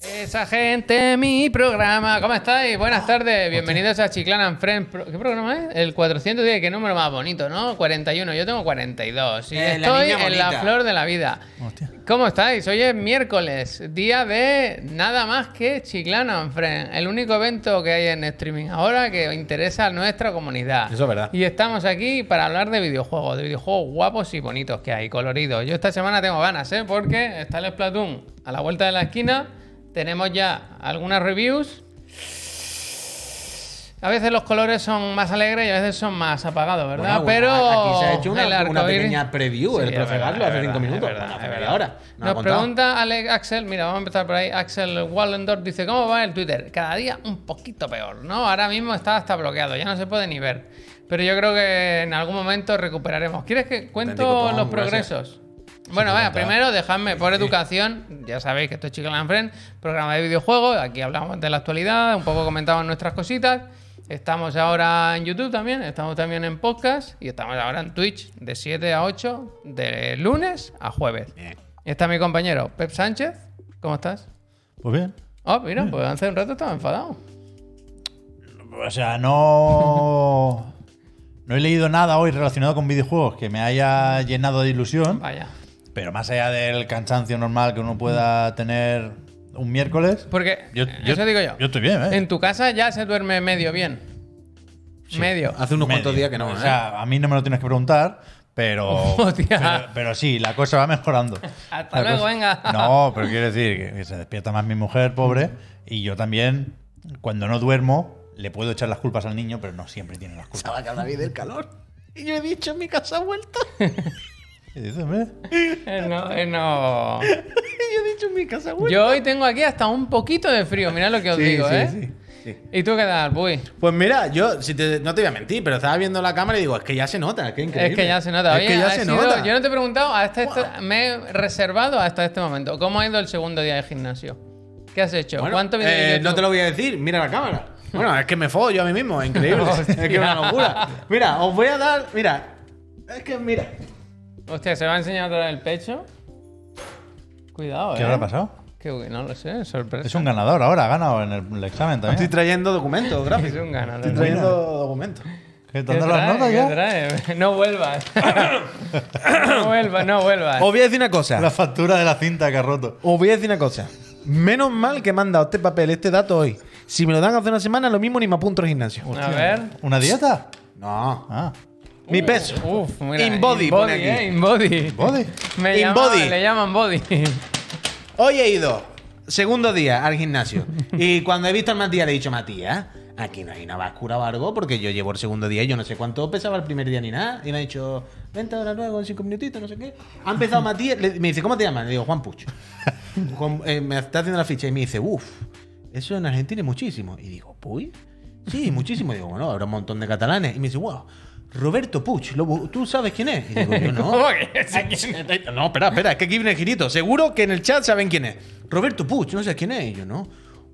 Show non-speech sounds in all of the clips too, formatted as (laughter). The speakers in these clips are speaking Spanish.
Esa gente, mi programa. ¿Cómo estáis? Buenas tardes. Bienvenidos a Chiclana and Friends. Pro- ¿Qué programa es? El 410. Qué número más bonito, ¿no? 41. Yo tengo 42. Y Eh, la estoy niña en la bonita. flor de la vida. Hostia. ¿Cómo estáis? Hoy es miércoles, día de nada más que Chiclana and Friends, el único evento que hay en streaming ahora que interesa a nuestra comunidad. Eso es verdad. Y estamos aquí para hablar de videojuegos, de videojuegos guapos y bonitos que hay, coloridos. Yo esta semana tengo ganas, ¿eh? Porque está el Splatoon a la vuelta de la esquina, tenemos ya algunas reviews. A veces los colores son más alegres y a veces son más apagados, ¿verdad? Bueno, Pero Aquí se ha hecho el una, una arcoíris- pequeña preview Sí, el es profe verdad, Carlos es hace cinco verdad, minutos. es verdad, hace es media verdad. hora. No ha pues Nos contado. pregunta Alex Axel, mira, vamos a empezar por ahí. Axel Wallendorf dice: ¿Cómo va el Twitter? Cada día un poquito peor, ¿no? Ahora mismo está hasta bloqueado, ya no se puede ni ver. Pero yo creo que en algún momento recuperaremos. ¿Quieres que Auténtico cuento Tom, los gracias. progresos? Bueno, vaya, primero dejadme por educación. Ya sabéis que esto es Chico Friend, programa de videojuegos. Aquí hablamos de la actualidad, un poco comentamos nuestras cositas. Estamos ahora en YouTube también, estamos también en podcast y estamos ahora en Twitch de 7 a 8 de lunes a jueves. Y está mi compañero Pep Sánchez. ¿Cómo estás? Pues bien. Oh, mira, pues hace un rato estaba enfadado. O sea, no. No he leído nada hoy relacionado con videojuegos que me haya llenado de ilusión. Vaya. Pero más allá del cansancio normal que uno pueda tener un miércoles. Porque Yo- yo- eso digo yo. yo estoy bien, ¿eh? En tu casa ya se duerme medio bien. Medio. Ah. Hace unos cuantos días que no. O ¿eh? sea, a mí no me lo tienes que preguntar, (laughs) pero. Hostia. pero, pero sí, la cosa va mejorando. Hasta La luego, cosa- venga. No, pero quiero decir que, que se despierta más mi mujer, pobre, y yo también, cuando no duermo, le puedo echar las culpas al niño, pero no siempre tiene las culpas. Estaba que habla bien (laughs) del calor. Y yo he dicho, mi casa ha vuelto. ¿Qué dices, hombre? (laughs) Eh, No, eh, no. Y yo he dicho, mi casa ha vuelto. Yo hoy tengo aquí hasta un poquito de frío, mirad lo que os Sí, digo, sí, ¿eh? sí, sí. ¿Y tú qué tal, Puy? Pues mira, yo si te- no te voy a mentir, pero estaba viendo la cámara y digo, es que ya se nota, que increíble. Es que ya se nota. Es Oye, que ya ha se sido- nota. Yo no te he preguntado, hasta este- me he reservado hasta este momento. ¿Cómo ha ido el segundo día de gimnasio? ¿Qué has hecho? Bueno, ¿Cuánto vídeo eh, de No te YouTube? lo voy a decir, mira la (laughs) cámara. Bueno, es que me fodo yo a mí mismo, es increíble. es que es una locura. Mira, os voy a dar, mira, es que mira. Hostia, se va a enseñar otra vez el pecho. Cuidado, ¿Qué ¿eh? habrá pasado? Que, uy, no lo sé, sorpresa. (laughs) Es un ganador ahora, ha ganado en el, el examen Estoy también. trayendo documentos Es gráficos. un Estoy ganador. trayendo documentos. ¿Qué te ¿Qué han dado las trae? notas ¿Qué ya? trae? No (laughs) vuelvas. no vuelvas, no vuelvas. Os voy a decir una cosa. La factura de la cinta que ha roto. Os voy a decir una cosa. Menos mal que me han dado este papel, este dato hoy. Si me lo dan hace una semana, lo mismo ni me apunto al gimnasio. A ver. ¿Una dieta? No. Ah, Mi peso. Uf, mira. In body, in body, pone aquí. eh, in body. body. Me In llamaba- body. Le llaman (laughs) body. Hoy he ido, segundo día, al gimnasio. Y cuando he visto al Matías, le he dicho, Matías, aquí no hay una báscula o algo, porque yo llevo el segundo día y yo no sé cuánto pesaba el primer día ni nada. Y me ha dicho, vente ahora luego, en cinco minutitos, no sé qué. Ha empezado Matías, le- me dice, ¿cómo te llamas? Le digo, Juan Puch. Juan- eh, me está haciendo la ficha y me dice, uff, eso en Argentina es muchísimo. Y digo, ¿puy? Sí, muchísimo. Y digo, bueno, habrá un montón de catalanes. Y me dice, wow. Roberto Puch, lo bu- ¿tú sabes quién es? Y digo, (laughs) yo no. ¿Cómo que? (laughs) Ah, No, espera, espera, es que aquí viene el girito. Seguro que en el chat saben quién es. Roberto Puch, no sé quién es, y yo, ¿no?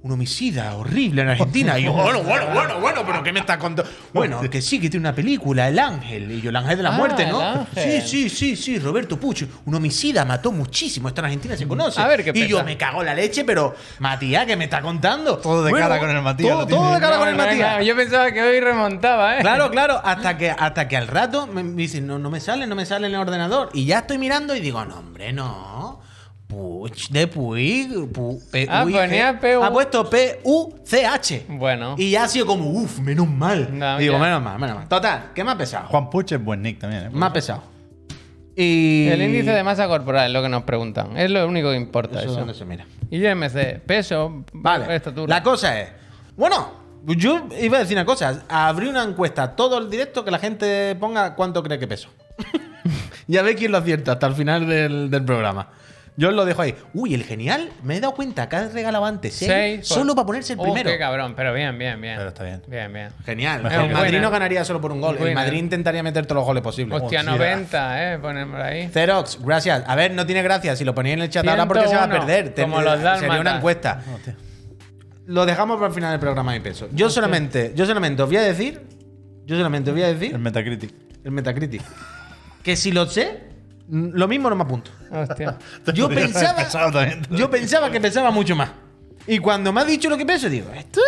Un homicida horrible en Argentina. (laughs) Y yo, bueno, bueno, bueno, bueno, pero ¿qué me estás contando? Bueno, que sí, que tiene una película, El Ángel. Y yo, El Ángel de la Ah, Muerte, El ¿no? Sí, Ángel. sí, sí, sí, Roberto Puch. Un homicida, mató muchísimo. Está en Argentina, se conoce. A ver qué Y yo pesa. me cago en la leche, pero Matías, ¿qué me está contando? Todo de cara con el Matías, Todo, lo tiene. todo de cara con el No, no, Matías. no, Yo pensaba que hoy remontaba, ¿eh? Claro, claro, hasta que, hasta que al rato me me dicen, no, no me sale, no me sale en el ordenador. Y ya estoy mirando y digo, no, hombre, no. Puch, de Puig, pu, P, Ah, U, I, G. ponía P, U. Ha puesto P-U-C-H. Bueno. Y ya ha sido como, uff, menos mal. No, digo, ya. menos mal, menos mal. Total, ¿qué me ha pesado? Juan Puch es buen nick también, ¿eh? Me ha pesado. Y... El índice de masa corporal es lo que nos preguntan. Es lo único que importa Eso es eso. donde se mira. IMC, peso, Vale. estatura. La cosa es. Bueno, yo iba a decir una cosa. Abrí una encuesta todo el directo que la gente ponga cuánto cree que peso. (laughs) ya ve quién lo acierta hasta el final del, del programa. Yo os lo dejo ahí. Uy, el genial, me he dado cuenta que has regalado antes seis pues, oh, Seis, por- solo para ponerse el Uh, primero. qué cabrón, pero bien, bien, bien. Pero está bien. Bien, bien. Genial. Mejor el que- Madrid Buena. no ganaría solo por un gol. El Buena. Madrid intentaría meter todos los goles posibles. Hostia, 90, ¿eh? Ponerme ahí. Xerox, gracias. A ver, no tiene gracia. Si lo ponéis en el chat ahora porque se va a 101, perder. Te- como los sería una dálmatas. encuesta. Hostia. Lo dejamos para el final del programa de peso. Yo solamente, yo solamente os voy a decir, yo solamente os voy a El decir Metacritic. el Metacritic. Que si lo sé, mm, lo mismo no me apunto. (laughs) Hostia. Te (laughs) Yo podrías haber pensaba- pesado también. Yo (laughs) pensaba que pesaba mucho más. Y cuando me ha dicho lo que peso, digo, ¿esto?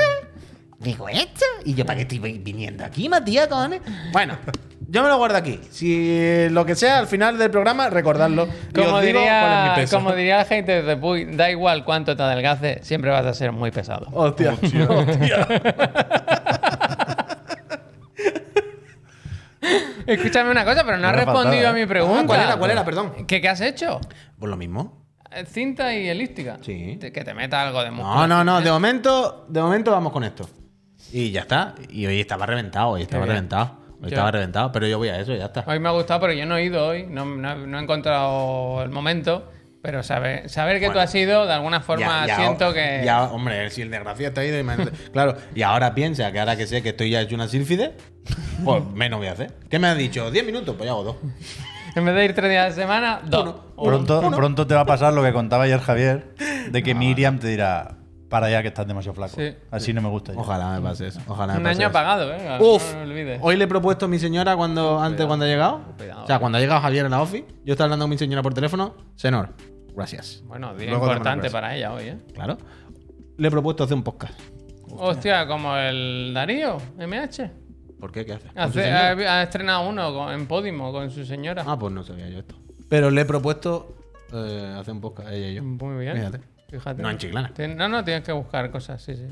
Digo, ¿esto? Y yo, ¿para qué estoy viniendo aquí, Matías, cojones? Bueno, yo me lo guardo aquí. Si eh, lo que sea, al final del programa, recordadlo. Y Como os digo cuál es mi diría, peso. como diría la gente de Puy, da igual cuánto te adelgaces, siempre vas a ser muy pesado. Hostia. Escúchame una cosa, pero no No has me ha faltado, respondido a ¿eh? mi pregunta. ¿Cuál era? ¿Cuál era? Perdón. ¿Qué, qué has hecho? ¿Por Pues lo mismo? Eh, Cinta y elíptica. Sí. Te- Que te meta algo de músculo. No, no, no. De momento, de momento vamos con esto. Y ya está. Y hoy estaba reventado, hoy estaba bien. reventado. Hoy Yo- estaba reventado, pero yo voy a eso, ya está. Hoy me ha gustado, pero yo no he ido hoy. No, no- no he encontrado el momento. Pero saber, saber que tú Bueno. has ido, de alguna forma Ya- ya- siento que. Ya, hombre, si el desgraciado está ido, imagínate. (laughs) claro, y ahora piensa que ahora que sé que estoy ya hecho una sílfide, (laughs) pues menos voy a hacer. ¿Qué me has dicho? ¿10 minutos? Pues ya hago dos. En vez de ir tres días a la semana, dos. Pronto, pronto te va a pasar lo que contaba ayer Javier, de que Miriam te dirá, para allá que estás demasiado flaco. Ah, Sí. Así no me gusta. yo". Ojalá me pase eso. Ojalá me Un pase año eso. apagado, ¿eh? pues Uf, no lo olvides. hoy le he propuesto a mi señora cuando antes cuando ha llegado. cuidado. O sea, cuando ha llegado Javier en la office, yo estaba hablando con mi señora por teléfono. Senor, gracias. Bueno, día Luego dame importante una para ella hoy, ¿eh? Claro. Le he propuesto hacer un podcast. Hostia, como el Darío, MH. ¿Por qué? ¿Qué hace? ¿Con su Hace- señora? ha, ha estrenado uno con- en Podimo con su señora. Ah, pues no sabía yo esto. Pero le he propuesto eh, hacer un podcast a ella y yo. Muy bien. Fíjate. Fíjate. No en chiclana. Tien- No, no, tienes que buscar cosas, sí, sí.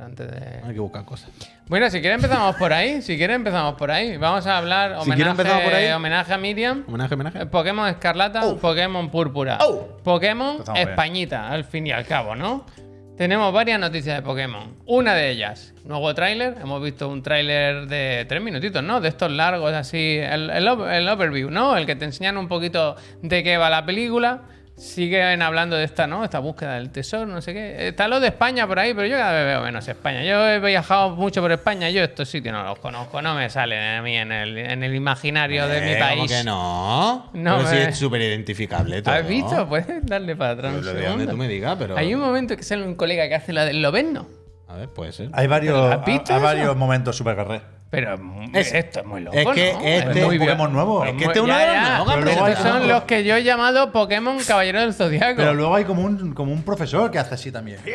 Antes de... Hay que buscar cosas. Bueno, si quieres empezamos por ahí. Si quieres empezamos por ahí. Vamos a hablar Si quieres homenaje, empezamos por ahí. homenaje a Miriam. Homenaje, eh, homenaje. Pokémon Escarlata, Pokémon Púrpura. Oh. Pokémon Empezamos bien. Españita, al fin y al cabo, ¿no? Tenemos varias noticias de Pokémon. Una de ellas, nuevo tráiler. Hemos visto un tráiler de tres minutitos, ¿no? De estos largos así, el, el o- el overview, ¿no? El que te enseñan un poquito de qué va la película. Siguen hablando de esta, ¿no? Esta búsqueda del tesoro, no sé qué. Está lo de España por ahí, pero yo cada vez veo menos España. Yo he viajado mucho por España, yo estos sitios no los conozco, no me salen a mí en el, en el imaginario de mi Eh, ¿cómo país. que no? No, Pero sí eh. es súper identificable todo. ¿Has visto? Puedes darle para atrás. un Pues lo de donde segundo. tú me digas, pero... Hay un momento que sale un colega que hace la del Lovenno. A ver, puede ser. Hay varios, ¿Has ha- visto hay eso? varios momentos super carré. Pero mm, Es- esto es muy loco. Eh, es que ¿no? este muy es un bien. Pokémon nuevo. Pero que Es muy- este es uno ya, de los ya. nuevos, Pero hombre, estos este es son nuevo. los que yo he llamado Pokémon Caballero del Zodiaco. Pero Pero, luego hay como un, como un profesor que hace así también. esto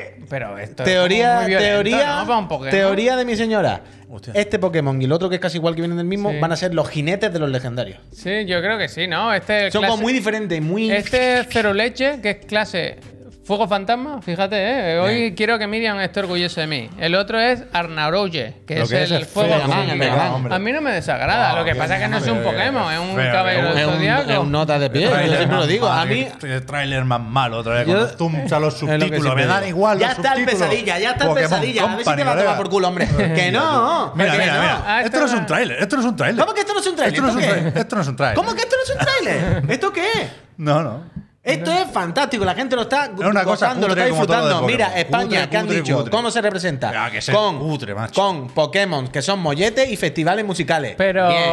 es Teoría, como muy violento, teoría, ¿no? Para un Pokémon. teoría de mi señora. Hostia. Este Pokémon y el otro que es casi igual que vienen del mismo Sí. van a ser los jinetes de los legendarios. Sí, yo creo que sí, ¿no? Este es Son como clase- muy diferentes, muy... Este es Cero Leche, que es clase Fuego Fantasma, fíjate, ¿eh? Hoy Bien. quiero que Miriam esté orgullosa de mí. El otro es Arnaroye, que Lo es que el es es Fuego feo, Fantasma. hombre, claro, hombre. A mí no me desagrada, No, lo que que pasa es que no es un hombre, Pokémon, es un feo, caballero es del es, un, zodiaco. Este es un nota de pie, yo siempre lo digo. A mí... El trailer más malo otra vez. Yo- Con los zooms a los lo que subtítulos. siempre Me dan digo. igual. Ya los está el subtítulos. pesadilla, ya está el Pokémon pesadilla. A ver si te va a Company, tomar colega. por culo, (laughs) hombre. que no. Mira, que mira, no. mira. Ah, esto no es esta- un tráiler, esto no es un tráiler. ¿Cómo que esto no es un tráiler? Esto no es un ¿Esto qué? tráiler. Esto no es un tráiler. ¿Cómo que esto no es un tráiler? ¿Esto qué es? No, no. Esto es fantástico, la gente lo está una cosa gozando, lo cutre está como todo de disfrutando. Pokémon. Mira, España, Cutre, ¿qué han cutre, dicho? cutre. ¿Cómo se representa? Ah, que se cutre, macho. con Pokémon, que son molletes y festivales musicales. Pero Bien.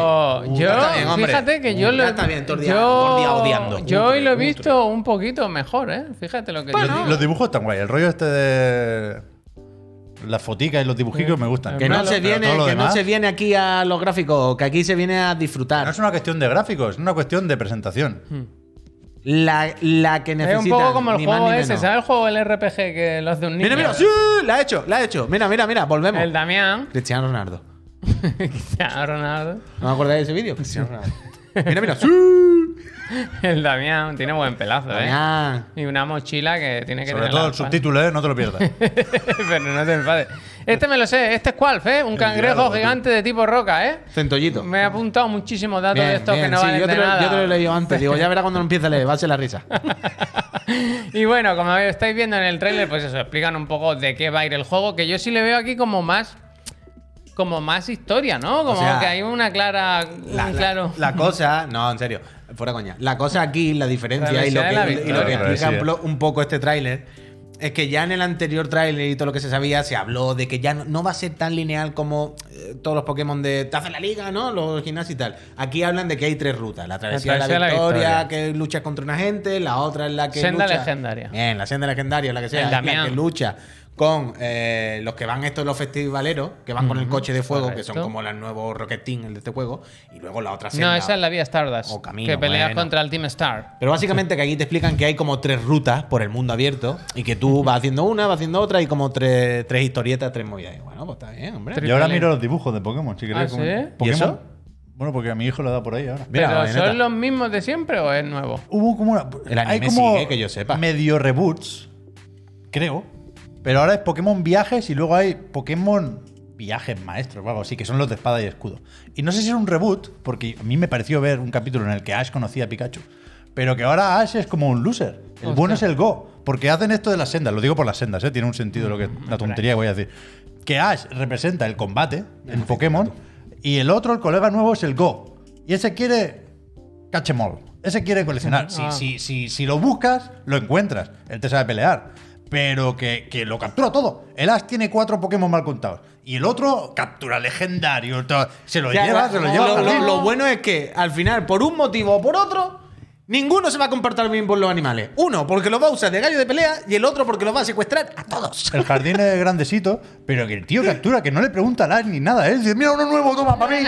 yo, Ya está bien, hombre. fíjate que yo Ya lo está bien, todo el día- todo el día odiando. yo, yo hoy lo he Cutre, visto un poquito mejor, ¿eh? Fíjate lo que Los- te digo. Los, dibujos están guay. El rollo este de. Las foticas y los dibujicos me gustan. Que no, Malo, se Pero viene, todo lo que no demás- se viene aquí a los gráficos, que aquí se viene a disfrutar. No es una cuestión de gráficos, es una cuestión de presentación. Hmm. La, la que es necesita. un poco como el juego ese, ¿sabes el juego del RPG que lo hace un niño? Mira, mira, sí, la ha hecho, la ha hecho. Mira, mira, mira, volvemos. El Damián, (laughs) Cristiano Ronaldo. Cristiano Ronaldo. ¿No me acordáis de ese (laughs) vídeo? Cristiano Ronaldo. Mira, mira, sí. El Damián tiene buen pelazo, ¿eh? Damián. Y una mochila que tiene que Sobre tener todo la el espalda. subtítulo, ¿eh? No te lo pierdas. (laughs) Pero no te enfades. Este me lo sé, este es Qualf, ¿eh? Un cangrejo diálogo, tío. gigante de tipo roca, ¿eh? Centollito. Me he apuntado muchísimos datos Bien, de estos que bien, no sí, valen yo, de te lo, nada. yo te lo he leído antes. Digo, ya verá cuando lo empiece a leer, va a ser la risa. y bueno, como estáis viendo en el tráiler, pues eso, explican un poco de qué va a ir el juego, que yo sí le veo aquí como más como más historia, ¿no? Como sea, que hay una clara La, un la- claro. la cosa, no, en serio, fuera coña. La cosa aquí, la diferencia y lo Travesía de la que, y lo que victoria. explica Travesía. un po- un poco este tráiler es que ya en el anterior tráiler y todo lo que se sabía se habló de que ya no, no va a ser tan lineal como eh, todos los Pokémon de te hacen la liga, ¿no? Los gimnasios y tal. Aquí hablan de que hay tres rutas. La travesía, travesía de la victoria, victoria. que luchas contra una gente, la otra es la que Senda lucha- legendaria. Bien, la senda legendaria, la que sea, El es la Damián. que lucha con eh, los que van estos los festivaleros, que van con el coche de fuego, que son correcto. como los nuevos Rocket Team, el de este juego, y luego la otra No, senda. esa es la vía Stardust. O camino, que peleas bueno. contra el Team Star. Pero básicamente que aquí te explican que hay como tres rutas por el mundo abierto y que tú vas haciendo una, vas haciendo otra y como tres, tres historietas, tres movidas. Y bueno, pues está bien, hombre. Tres- Yo ahora Triple. miro los dibujos de Pokémon, si queréis. ¿sí? ¿Y Pokémon. eso? Bueno, porque a mi hijo lo da por ahí ahora. Mira, ¿Pero bayoneta. son los mismos de siempre o es nuevo? Hubo como una. El anime hay como sigue, que yo sepa. Medio reboots, creo. Pero ahora es Pokémon Viajes y luego hay Pokémon Viajes Maestros, o algo así, que son los de espada y escudo. Y no sé si es un reboot, porque a mí me pareció ver un capítulo en el que Ash conocía a Pikachu. Pero que ahora Ash es como un loser. El bueno es el Go. Porque hacen esto de las sendas. Lo digo por las sendas, ¿eh? Tiene un sentido lo que, la tontería que voy a decir. Que Ash representa el combate en Pokémon. Y el otro, el colega nuevo, es el Go. Y ese quiere Cachemol. Ese quiere coleccionar. Si, Ah. si, si, si lo buscas, lo encuentras. Él te sabe pelear. Pero que, que lo captura todo. El Ash tiene cuatro Pokémon mal contados. Y el otro captura legendario. todo. Se lo Ya, lleva, va, se lo lo, lleva. lo- al río. lo bueno es que al final, por un motivo o por otro, ninguno se va a comportar bien por los animales. Uno, porque los va a usar de gallo de pelea y el otro porque los va a secuestrar a todos. El jardín es grandecito, pero que el tío captura, que no le pregunta al Ash ni nada. Él dice, mira uno nuevo, toma para mí.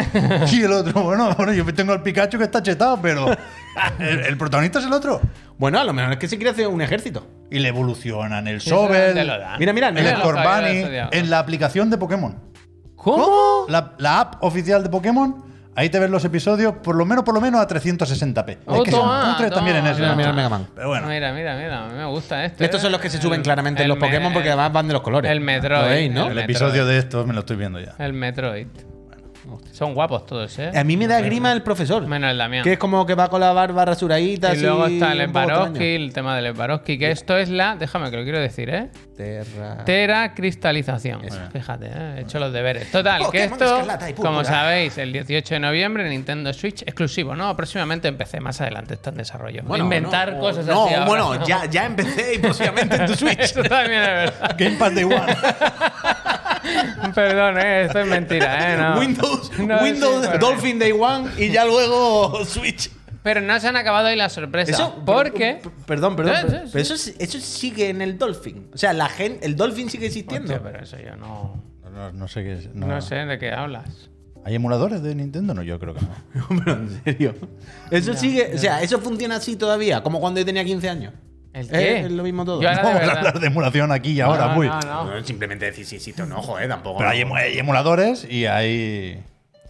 Y el otro, bueno, bueno, yo tengo al Pikachu que está chetado, pero (laughs) el, el protagonista es el otro. Bueno, a lo mejor es que se quiere hacer un ejército. Y le evolucionan el Eso Sobel, te lo dan. Mira, mira, el mira. Scorbunny, Eso ya. en la aplicación de Pokémon. ¿Cómo? La, la app oficial de Pokémon, ahí te ves los episodios, por lo menos, por lo menos a 360p. Oh, es que son toma, cutres también en toma, ese. toma. Mira, mira el Mega Man. Pero Eh, bueno, Mira, mira, mira. A mí me gusta esto. Estos ¿eh? son los que se suben El- claramente en los el Pokémon me- porque además van de los colores. el Metroid, Lo veis, ¿no? el el Metroid. episodio de estos me lo estoy viendo ya. El Metroid. Son guapos todos, ¿eh? A mí me da grima el profesor. Menos el Damián. Que es como que va con la barba rasuradita. Y luego así, está el un poco Leparowski, extraño. el tema del Leparowski, que esto es la, déjame que lo quiero decir, ¿eh? Terra. Tera cristalización. Fíjate, ¿eh? he hecho los deberes. Total, que Pokémon esto, Escarlata y Púrpura. como sabéis, el 18 de noviembre, Nintendo Switch exclusivo, ¿no? Próximamente empecé, más adelante está en desarrollo. Inventar no, cosas no, así. ahora, (laughs) bueno, ¿no? Ya, ya empecé y próximamente en tu (laughs) Switch. Eso también es verdad. Game Pass de igual. Perdón, ¿eh? esto es mentira, ¿eh? No. Windows, (laughs) No, sí, Windows bueno. Dolphin Day One y ya luego Switch. Pero no se han acabado ahí las sorpresas. Eso, porque. per- Perdón, perdón. Sí, sí, pero- sí. pero eso, es- eso sigue en el Dolphin. O sea, la gente, el Dolphin sigue existiendo. Hostia, pero eso yo no. No, no- no sé qué es. No. no. sé de qué hablas. ¿Hay emuladores de Nintendo? No, yo creo (laughs) que no. (laughs) Pero en serio. Eso sigue, o sea, eso funciona así todavía, como cuando yo tenía 15 años. ¿El Es- qué? Es, lo mismo todo. Yo ahora- Vamos verdad. a hablar de emulación aquí y ahora, no, muy. no, no. No, simplemente decir sí, sí, te enojo, eh, tampoco. Pero hay, emu- hay emuladores y hay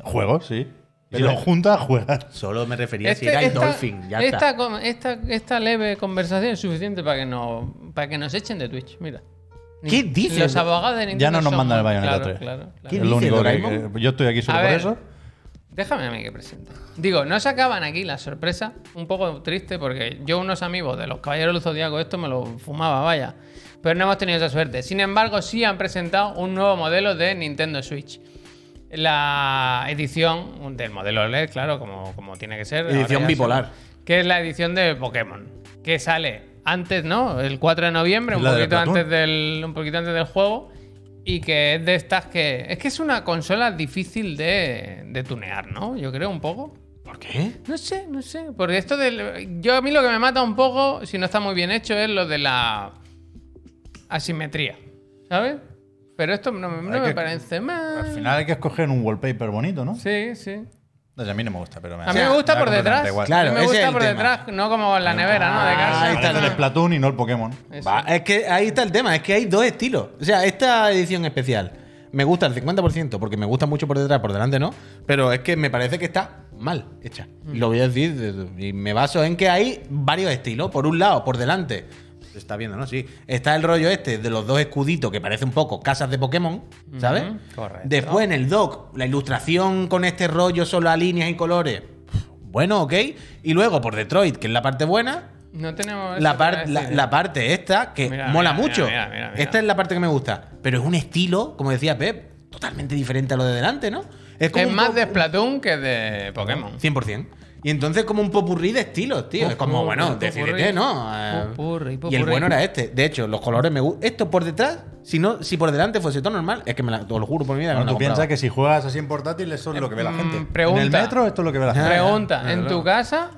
juegos, sí. Si Pero- lo juntas, juegas. Solo me refería Este- si era el esta, Dolphin, ya esta, está. con- esta, esta leve conversación es suficiente para que, no, para que nos echen de Twitch, mira. ¿Qué dices? Los abogados de Nintendo Ya no nos son mandan el muy- Bayonetta claro, 3. claro, claro. ¿Qué Es dice lo único que- Doraemon? que- Yo estoy aquí solo A por ver. eso. Déjame a mí que presente. Digo, nos acaban aquí la sorpresa, un poco triste porque yo unos amigos de los Caballeros del Zodíaco esto me lo fumaba, vaya. Pero no hemos tenido esa suerte. Sin embargo, sí han presentado un nuevo modelo de Nintendo Switch. La edición del modelo LED, claro, como, como tiene que ser. Edición Ahora ya se- bipolar. Que es la edición de Pokémon. Que sale antes, ¿no? El 4 de noviembre, un La del poquito, Platón. antes del, un poquito antes del juego. Y que es de estas que. Es que es una consola difícil de, de tunear, ¿no? Yo creo un poco. ¿Por qué? No sé, no sé. Porque esto del. Yo a mí lo que me mata un poco, si no está muy bien hecho, es lo de la asimetría. ¿Sabes? Pero esto no, me- no Hay me que- parece mal. Al final hay que escoger un wallpaper bonito, ¿no? Sí, sí. No sé, a mí no me gusta, pero me A mí me gusta da por completamente detrás. igual. Claro. a mí me ese gusta es el por tema. Ah, detrás, no como en la nevera, ¿no? De casa. ahí está. Parece el Splatoon y no el Pokémon. Eso. Va, es que ahí está el tema, es que hay dos estilos. O sea, esta edición especial me gusta el 50% porque me gusta mucho por detrás, por delante no, pero es que me parece que está mal hecha. Mm. Lo voy a decir de- y me baso en que hay varios estilos. Por un lado, por delante, se está viendo, ¿no? Sí. Está el rollo este de los dos escuditos que parece un poco casas de Pokémon, ¿sabes? Mm-hmm. correcto. Después en el dock, la ilustración con este rollo solo a líneas y colores. Bueno, ok. Y luego por Detroit, que es la parte buena, No tenemos. la, eso par- para la, decir. ¿eh? la parte esta que Mira, mola mira, mucho. mira, mira, mira. Esta es la parte que me gusta. Pero es un estilo, como decía Pep, totalmente diferente a lo de delante, ¿no? como Es un más po- de Splatoon que de Pokémon. 100%. Y entonces como un popurrí de estilos, tío. es como, Popurrí, bueno, popurrí. decidete, ¿no? Eh, Popurrí, Y popurrí. el bueno era este. De hecho, los colores me gustan. Esto por detrás, si no si por delante fuese todo normal, es que me la, os lo juro por mi vida. que Bueno, me la tú piensas compraba. que si juegas así en portátil, eso es lo que ve la Mm, gente. En pregunta. Ah, el metro, esto es lo que ve la gente. Pregunta: ¿en tu casa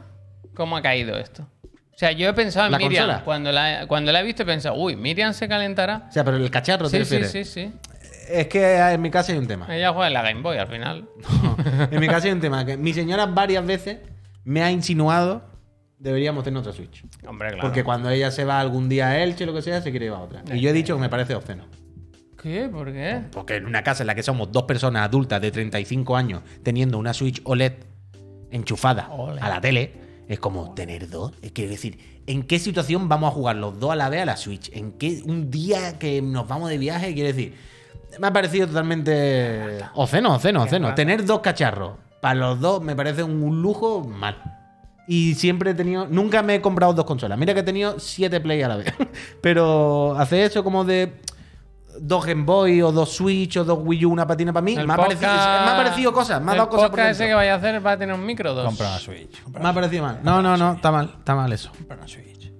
cómo ha caído esto? O sea, yo he pensado en ¿La Miriam. consola? Cuando la, cuando la he visto he pensado, uy, Miriam se calentará. O sea, pero el cacharro te Sí, sí, refieres. sí, sí. Es que en mi casa hay un tema. Ella juega en la Game Boy al (laughs) final. en mi casa hay un tema que mi señora varias veces me ha insinuado deberíamos tener otra Switch. Hombre, claro. Porque cuando ella se va algún día a Elche o lo que sea, se quiere ir a otra. Y yo he dicho que me parece obsceno. ¿Qué? ¿Por qué? Eh, Porque en una casa en la que somos dos personas adultas de 35 años teniendo una Switch OLED enchufada Ole. a la tele, es como tener dos. Es que, es decir, ¿en qué situación vamos a jugar los dos a la vez a la Switch? ¿En qué un día que nos vamos de viaje? Quiere decir, me ha parecido totalmente oceno, oceno, oceno. rata. Tener dos cacharros para los dos me parece un lujo mal. Y siempre he tenido. Nunca me he comprado dos consolas. Mira que he tenido siete Play a la vez. (laughs) Pero hacer eso como de. Dos Game Boy o dos Switch o dos Wii U, una patina para mí. Me ha, parecido, me podcast- ha parecido cosas. Me ha dado cosas El por podcast ese que dentro. vaya a hacer va a tener un micro dos. Compra una Switch. Compra Me ha una, parecido mal. No, no, no. Está mal. Está mal eso. compra una Switch.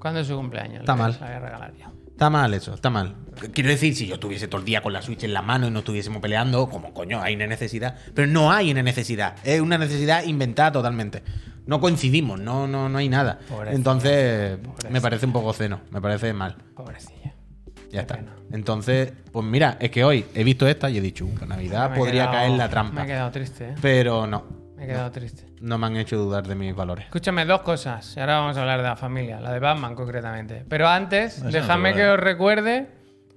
¿Cuándo es su cumpleaños? Está Le- mal. La voy a regalar yo. Está mal eso. Está mal. Quiero decir, si yo estuviese todo el día con la Switch en la mano y no estuviésemos peleando, como coño, hay una necesidad. Pero no hay una necesidad. Es una necesidad inventada totalmente. No coincidimos. No, no, no hay nada. Pobrecito. Entonces, me parece un poco ceno. Me parece mal. Pobrecilla. Ya está. pena. Entonces, pues mira, es que hoy he visto esta y he dicho, "Uh, la Navidad Me he podría quedado- caer la Me he trampa. quedado triste, ¿eh? Pero no, Me he quedado triste. no me han hecho dudar de mis valores. Escúchame dos cosas. Y ahora vamos a hablar de la familia, la de Batman concretamente. Pero antes, Eso no dejadme te que vale. os recuerde.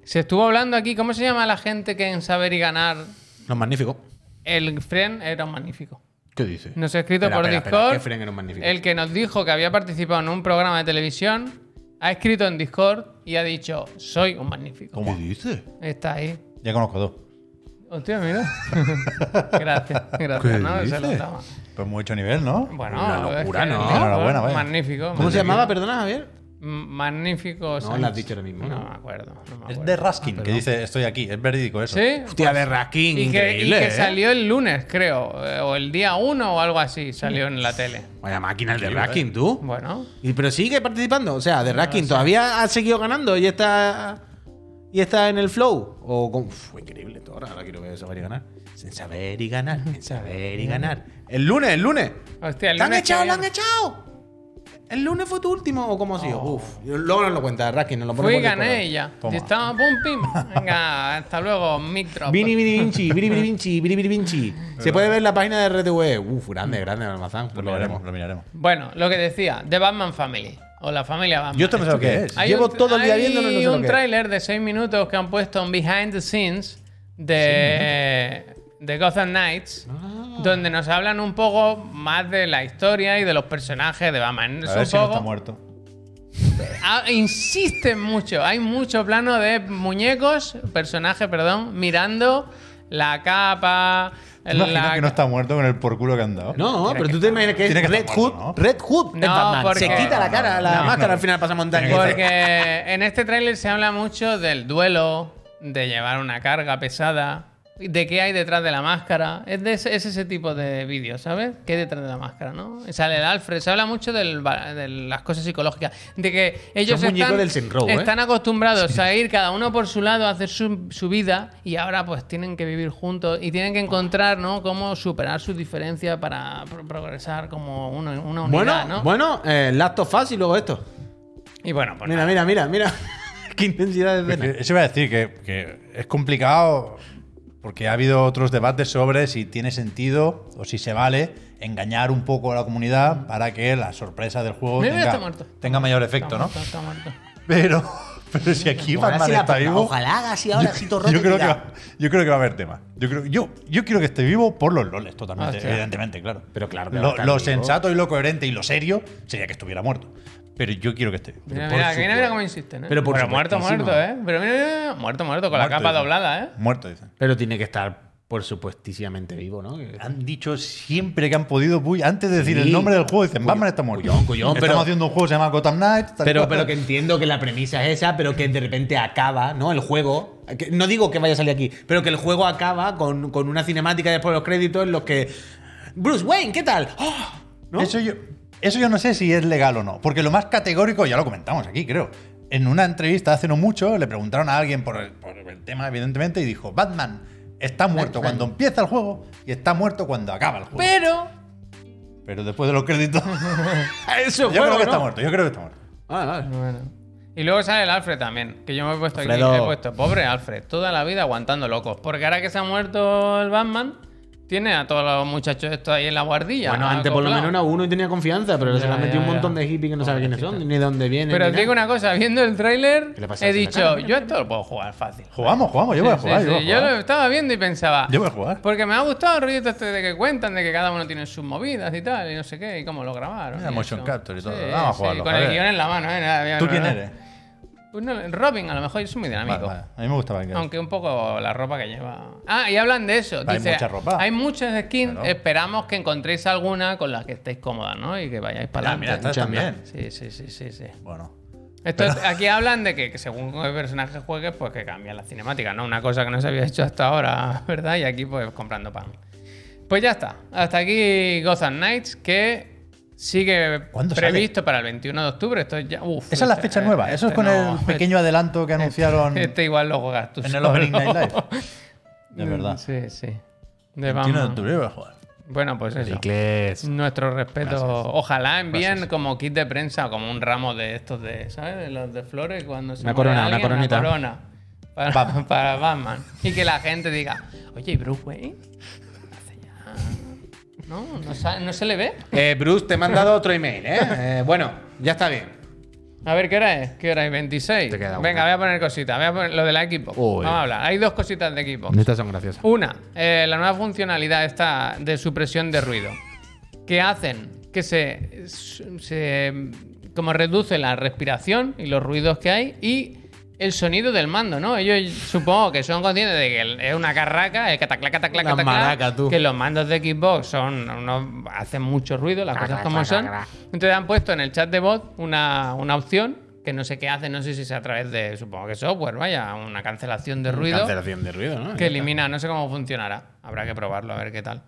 Se estuvo hablando aquí, ¿cómo se llama la gente que en Saber y Ganar No es magnífico. el Fren era un magnífico? ¿Qué dices? Nos ha escrito Espera, por espera, espera, Discord. que Fren era un magnífico. El que nos dijo que había participado en un programa de televisión, ha escrito en Discord y ha dicho, soy un magnífico. ¿Cómo? ¿Qué dices? Está ahí. Ya conozco dos. Hostia, mira. (laughs) gracias, gracias. ¿Qué ¿no? Se lo dices? toma. Pues mucho nivel, ¿no? Bueno, Una es que- locura, ¿no? Enhorabuena, vaya. magnífico. ¿Cómo se llamaba? Perdona, Javier. Magnífico. No, Sánchez. lo has dicho ahora mismo. No ¿no? me acuerdo. no me Es acuerdo. Ah, de Raskin, que dice estoy aquí. Es verídico eso. ¿Sí? pues, Hostia, de Raskin, Y que, y increíble. que ¿eh? salió el lunes, creo. eh, O el día 1 o algo así. Salió en la tele. Vaya máquina el de Increíble, Raskin, tú. Bueno. Y, pero sigue participando. O Ah, sea, de Raskin todavía ha seguido ganando y está. Y está en el flow. O con- Uf, increíble, todo. Ahora ahora quiero ver saber y ganar. Sin saber y ganar, sin saber y ganar. El lunes, el lunes. Ah, Hostia, el ¡La han lunes que echado, la han viene. Oh. echado! El lunes fue tu último o cómo ha sido. Uf, luego no lo cuenta, Raskin, no lo pone Fui y por gané Discord. y ya. Toma. Y estaba pum, pim. Venga, hasta luego, mic drop. Vini, vini, vinci, vini, vini, vinci, vini, (laughs) vini, vinci. Se puede ver la página de RTV. Uf, grande, grande, Almazán. pues Lo miraremos, lo miraremos. Bueno, lo que decía, The Batman Family. O la familia Batman. Yo esto no sé lo que es. Hay Llevo un- todo el día viéndolo y no sé Hay lo un que es. tráiler de 6 minutos que han puesto en Behind the Scenes de, de Gotham Knights, Ah. donde nos hablan un poco más de la historia y de los personajes de Batman. Es A un ver si no poco- está muerto. Ah, insisten mucho. Hay mucho plano de muñecos, personajes, perdón, mirando la capa. ¿Te imaginas la- que no está muerto con el por culo que han dado? No, pero tú te imaginas que es Tiene que Red estar Hood. muerto, ¿no? Red Hood es No, Batman. Se porque- quita la cara, la No, máscara no. al final pasa montaña. Porque en este tráiler se habla mucho del duelo, de llevar una carga pesada, de qué hay detrás de la máscara. Es, de ese, es ese tipo de vídeos, ¿sabes? ¿Qué hay detrás de la máscara, no? Sale el Alfred, se habla mucho del va- de las cosas psicológicas, de que ellos Son muñecos están, del Sinrow, ¿eh? están acostumbrados a ir cada uno por su lado a hacer su, su vida y ahora pues tienen que vivir juntos y tienen que encontrar, ¿no? Cómo superar sus diferencias para pro- progresar como una, una unidad, Bueno, ¿no? bueno, eh, Last of Us y luego esto. y bueno, pues Mira, mira, mira, mira. (laughs) Qué intensidad de escena. Eso iba a decir que, que es complicado porque ha habido otros debates sobre si tiene sentido o si se vale engañar un poco a la comunidad para que la sorpresa del juego Mira, tenga, está muerto. tenga mayor efecto, ¿no? (laughs) Está, está muerto. Pero, pero si aquí Ojalá Batman sí la está ponga, vivo. Ojalá haga así ahora, así todo roto Yo y creo, que ya. va, yo creo que va a haber tema. Yo, creo, yo, yo quiero que esté vivo por los loles, totalmente, Hostia. evidentemente, claro. Pero claro, pero va a lo, estar lo vivo. sensato y lo coherente y lo serio sería que estuviera muerto. Pero yo quiero que esté vivo. Mira, Por mira, su- mira, mira cómo insisten, ¿eh? Pero por muerto, supuestísimo. muerto, ¿eh? Pero mira, mira, mira, muerto, muerto, con la Muerto, capa dicen. doblada, ¿eh? Muerto, dicen. Pero tiene que estar, por supuestísimamente, vivo, ¿no? Que- Han dicho siempre que han podido, Puy, antes de decir Sí. el nombre del juego, dicen, Batman está muerto. Cuyón, cuyón, Estamos pero- haciendo un juego que se llama Gotham Knight. tal Pero, cual. pero que entiendo que la premisa es esa, pero que de repente acaba, ¿no? El juego. que- no digo que vaya a salir aquí, pero que el juego acaba con, con una cinemática después de los créditos en los que. Bruce Wayne, ¿qué tal? (laughs) ¡Oh! ¿No? Eso yo, eso yo no sé si es legal o no, porque lo más categórico, ya lo comentamos aquí, creo. En una entrevista hace no mucho le preguntaron a alguien por el, por el tema, evidentemente, y dijo, Batman está muerto Batman. cuando empieza el juego y está muerto cuando acaba el juego. Pero Pero después de los créditos. (laughs) Eso, yo creo que está muerto, yo creo que está muerto. Vale, vale. Bueno. Y luego sale el Alfred también, que yo me he puesto aquí, Alfredo. he puesto, pobre Alfred, toda la vida aguantando locos. Porque ahora que se ha muerto el Batman, tiene a todos los muchachos estos ahí en la guardilla. Bueno, antes por lo acoplados. menos era uno y tenía confianza, pero se le Ya, han metido ya, un montón ya. de hippies que no sabe quiénes son, ni de dónde vienen. Pero ni os digo nada. una cosa, viendo el tráiler, ¿Qué le pasa he así en la dicho, cara? yo esto lo puedo jugar fácil. Jugamos, jugamos, yo voy a Sí, jugar. sí, yo voy sí. a Yo jugar. lo estaba viendo y pensaba. Yo voy a jugar. Porque me ha gustado el ruido este de que cuentan, de que cada uno tiene sus movidas y tal, y no sé qué, y cómo lo grabaron. Mira, y motion eso. capture y todo. Vamos a jugarlo, Con a el ver. guión en la mano, ¿eh? Nada, ¿Tú no, quién no. eres? Pues no, Robin, a lo mejor es muy dinámico. Vale, vale. A mí me gustaba el Aunque un poco la ropa que lleva. Ah, y hablan de eso. Hay Dice, mucha ropa. Hay muchas skins. Claro. Esperamos que encontréis alguna con la que estéis cómodas, ¿no? Y que vayáis para Mira, mira, adelante. estás Sí, también. sí, sí, sí, sí. Bueno. Esto es- aquí hablan de que, que según qué personaje juegues, pues que cambia la cinemática, ¿no? Una cosa que no se había hecho hasta ahora, (laughs) ¿verdad? Y aquí, pues, comprando pan. Pues ya está. Hasta aquí Gotham Knights, que sigue ¿Cuándo sale? previsto para el 21 de octubre. Esto es ya. Uf, Esa es la este- fecha nueva. Eso es este con no, el pequeño adelanto que anunciaron Este, este igual lo juegas tú. en el solo. Opening Night (laughs) Live. De verdad. Sí, sí. De 21 de Batman. octubre voy a jugar. Bueno, pues eso. Inglés. Nuestro respeto. Ojalá envíen Gracias. como kit de prensa o como un ramo de estos de, ¿sabes? De los de flores cuando se Una muere corona, una alguien, coronita. corona para, Batman. (laughs) para Batman. Y que la gente diga, oye, ¿y Bruce Wayne? Hace ya- No, no, sa- no se le ve. Eh, Bruce, te he mandado otro email, (laughs) ¿eh? Eh, Bueno, ya está bien. A ver, ¿qué hora es? ¿Qué hora es? 26. Te queda una. Venga, voy a poner cositas. Voy a poner lo del equipo. Uy. Vamos a hablar. Hay dos cositas de equipo. Estas son graciosas. Una, eh, la nueva funcionalidad esta de supresión de ruido. Que hacen que se, se- como reduce la respiración y los ruidos que hay y el sonido del mando, ¿no? Ellos supongo que son conscientes de que el- es una carraca, el cataclá, cataclá, Una cataclá, maraca, tú. que los mandos de Xbox son unos- hacen mucho ruido, las cosas como son. Entonces han puesto en el chat de voz una, una opción que no sé qué hace, no sé si es a través de, supongo que software, vaya, una cancelación de ruido Cancelación de ruido, ¿no? que elimina, no sé cómo funcionará. Habrá que probarlo a ver qué tal.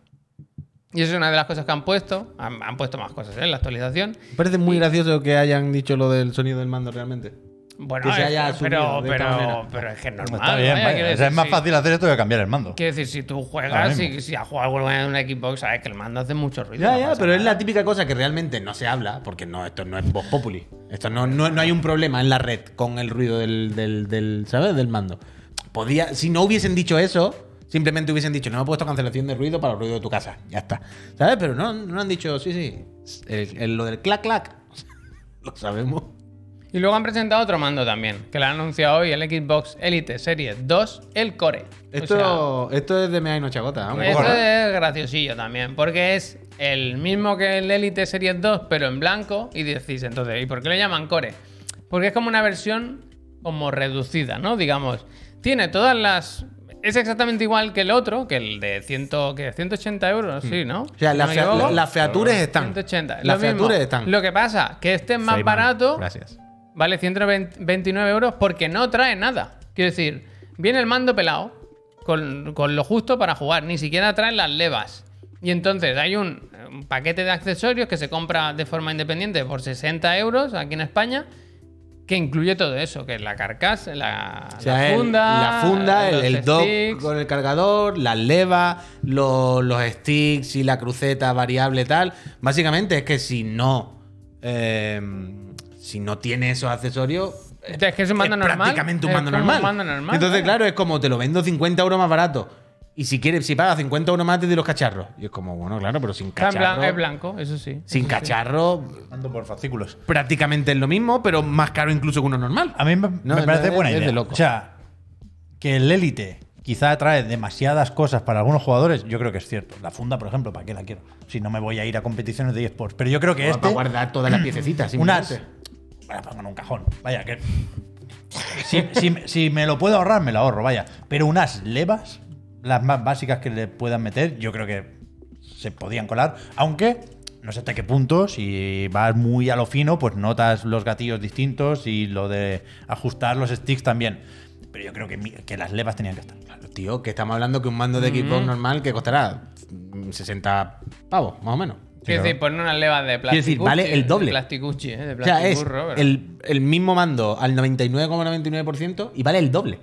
Y eso es una de las cosas que han puesto. Han, han puesto más cosas ¿eh? en la actualización. Me parece muy gracioso que hayan dicho lo del sonido del mando realmente. Bueno, Que se eh, haya pero, asumido de pero, esta manera. pero es que es normal. Está bien, vaya, vaya. quiero O sea, es decir, más sí. fácil hacer esto que cambiar el mando. Quiero decir, si tú Ahora juegas, mismo. si, si has jugado alguna vez en un Xbox, sabes que el mando hace mucho ruido. Ya, no ya, pasa pero es nada. la típica cosa que realmente no se habla, porque no, esto no es voz populi. Esto no, no, no hay un problema en la red con el ruido del, del, del, ¿sabes? Del mando. Podía, si no hubiesen dicho eso, simplemente hubiesen dicho, no he puesto cancelación de ruido para el ruido de tu casa. Ya está. ¿Sabes? Pero no, no han dicho, sí, sí. el- el- lo del clac, clac. (laughs) lo sabemos. Y luego han presentado otro mando también, que lo han anunciado hoy, el Xbox Elite Series 2, el Core. O sea, Esto, esto es de Mea y Nochagota. ¿eh? Eso poco, ¿no? es graciosillo también, porque es el mismo que el Elite Series 2, pero en blanco, y decís entonces, ¿y por qué le llaman Core? Porque es como una versión como reducida, ¿no? Digamos, tiene todas las... Es exactamente igual que el otro, que el de 100, que 180 euros, sí, ¿no? Hmm. O sea, Si la no me fea- la- equivoco. las featuras están. 180. Las lo mismo. featuras están. Lo que pasa, que este es más Soy man. barato. Gracias. Vale 129 euros porque no trae nada. Quiero decir, viene el mando pelado con, con lo justo para jugar. Ni siquiera trae las levas. Y entonces hay un, un paquete de accesorios que se compra de forma independiente por 60 euros aquí en España. Que incluye todo eso, que es la carcasa, la, O sea, la el- funda, la funda, el, los el dock sticks. con el cargador, las levas, lo- los sticks y la cruceta variable tal. Básicamente es que si no eh, si no tiene esos accesorios Es que es un mando normal. prácticamente un es mando como normal. Un mando normal. Entonces, vaya. claro, es como te lo vendo 50 euros más barato. Y si quieres, si pagas 50 euros más, te doy los cacharros. Y es como, bueno, claro, pero sin Está en blan- cacharro. Es blanco, eso sí. Sin cacharro, Mando por fascículos. prácticamente es lo mismo, pero más caro incluso que uno normal. A mí me, No, me no, parece es- buena es de idea. loco. O sea, que el élite quizá atrae demasiadas cosas para algunos jugadores, yo creo que es cierto. La funda, por ejemplo, ¿para qué la quiero? Si no me voy a ir a competiciones de eSports. Pero yo creo que Para este, guardar todas las (clears throat) piececitas. unas... simplemente. Bueno, pongo en un cajón. Vaya, que... Si, si- si me lo puedo ahorrar, me lo ahorro, vaya. Pero unas levas, las más básicas que le puedan meter, yo creo que se podían colar. Aunque no sé hasta qué punto, si vas muy a lo fino, pues notas los gatillos distintos y lo de ajustar los sticks también. Pero yo creo que, mi- que las levas tenían que estar. Claro, tío, que estamos hablando que un mando de Xbox normal que costará mm, 60 pavos, más o menos. Quiero decir, poner unas levas de plástico. Quiero decir, vale el doble. De plasticuchi, eh, de O sea, es plastiburro, pero- el, el mismo mando al 99,99% y vale el doble.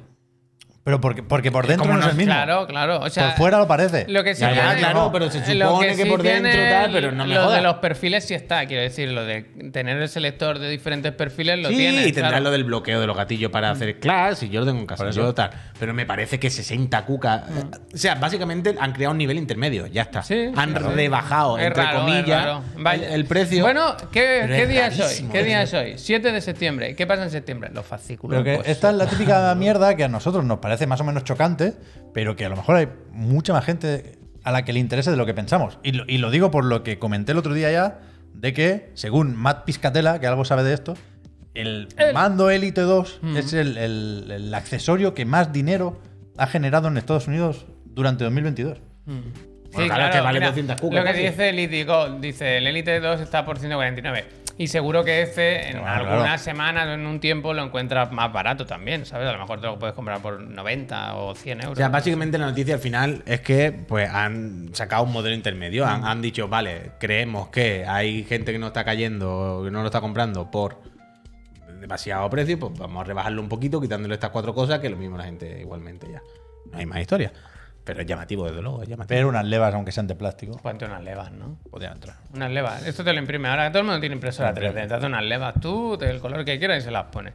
Pero porque, porque por dentro Como no es el mismo. Claro, claro. O sea, por fuera lo parece. Lo que sí Ya, tiene- ya, claro, pero se lo supone que por dentro tiene tal, pero no me Lo jodas. de los perfiles sí está, quiero decir, lo de tener el selector de diferentes perfiles lo sí, tiene. y tendrá claro. lo del bloqueo de los gatillos para hacer clash, y yo lo tengo en casa, Por eso. yo tal. Pero me parece que 60 cuca. O sea, básicamente han creado un nivel intermedio, ya está. Mm. Sí, han sí, sí. rebajado, Es entre raro, es comillas, raro. Vaya. el, el precio. Bueno, ¿qué, Pero qué es día es hoy? rarísimo, ¿Qué día es es hoy? 7 de septiembre. ¿Qué pasa en septiembre? Los fascículos. Pero que pues, esta es la típica mierda que a nosotros nos parece más o menos chocante, pero que a lo mejor hay mucha más gente a la que le interese de lo que pensamos. Y lo, y lo digo por lo que comenté el otro día ya, de que, según Matt Piscatella, que algo sabe de esto, el, mando Elite 2 Mm. es el, el- el accesorio que más dinero ha generado en Estados Unidos durante 2022. Bueno, claro, que vale mira, 200 cucas, Lo que casi. dice Elite Gold, dice el Elite 2 está por 149. Y seguro que este en Claro, algunas claro. semanas o en un tiempo lo encuentras más barato también, ¿sabes? A lo mejor te lo puedes comprar por 90 o 100 euros. O sea, básicamente la noticia al final es que pues han sacado un modelo intermedio. Han, han dicho, vale, creemos que hay gente que no está cayendo, que no lo está comprando por demasiado precio, pues vamos a rebajarlo un poquito, quitándole estas cuatro cosas, que lo mismo la gente igualmente ya. No hay más historia. Pero es llamativo, desde luego, es llamativo. Pues Pero unas levas, aunque sean de plástico, Ponte unas levas, ¿no? podían entrar. Unas levas. Esto te lo imprime. Ahora todo el mundo tiene impresora 3D. Te hace unas levas tú, del color que quieras y se las pones.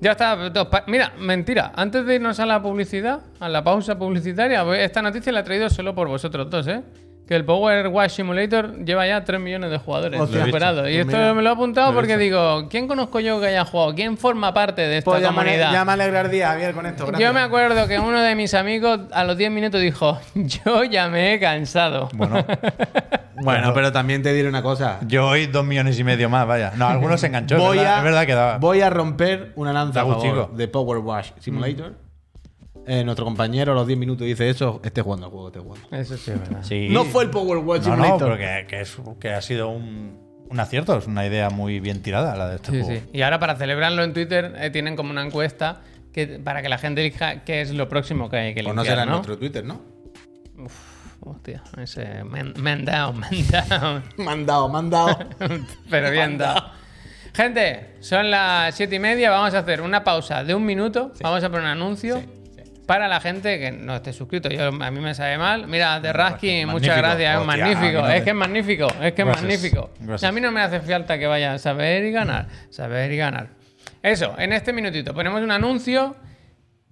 Ya está. dos pa- Mira, mentira. Antes de irnos a la publicidad, a la pausa publicitaria, voy- esta noticia la he traído solo por vosotros dos, ¿eh? Que el Power Wash Simulator lleva ya 3 millones de jugadores Hostia. Lo he superados. visto. Y Pues esto mira, me lo he apuntado lo he porque visto. Pues digo, ¿quién conozco yo que haya jugado? ¿Quién forma parte de Pues esta comunidad? alegrar día, Javier, con esto. yo me acuerdo que uno de mis amigos a los 10 minutos dijo, (laughs) yo ya me he cansado. Bueno, (laughs) Bueno, pero también te diré una cosa. yo hoy dos millones y medio más, vaya. No, algunos se enganchó. es voy, verdad- a, es verdad que daba. voy a romper una lanza a Da gusto, favor chico. de Power Wash Simulator. Eh, nuestro compañero a los 10 minutos dice eso, esté jugando al juego, esté jugando. Eso sí es verdad. Sí. No fue el Power Wash No, no, Simulator. pero que, que es- que ha sido un, un acierto, es una idea muy bien tirada la de este Sí, juego. sí. Y ahora para celebrarlo en Twitter eh, tienen como una encuesta que, para que la gente elija qué es lo próximo que hay que O limpiar, Pues no será en ¿no? nuestro Twitter, ¿no? (laughs) Hostia, ese man, man down, (laughs) man down. Mandado, (laughs) mandado. Pero bien dado. Gente, son las siete y media, vamos a hacer una pausa de un minuto, vamos a poner un anuncio. Para la gente que no esté suscrito, yo, a mí me sabe mal. Mira, de Raskin, muchas magnífico. gracias, es Hostia, magnífico. a mí no es me- que es magnífico, es que es Gracias, magnífico. gracias. A mí no me hace falta que vaya a saber y ganar, saber y ganar. Eso, en este minutito ponemos un anuncio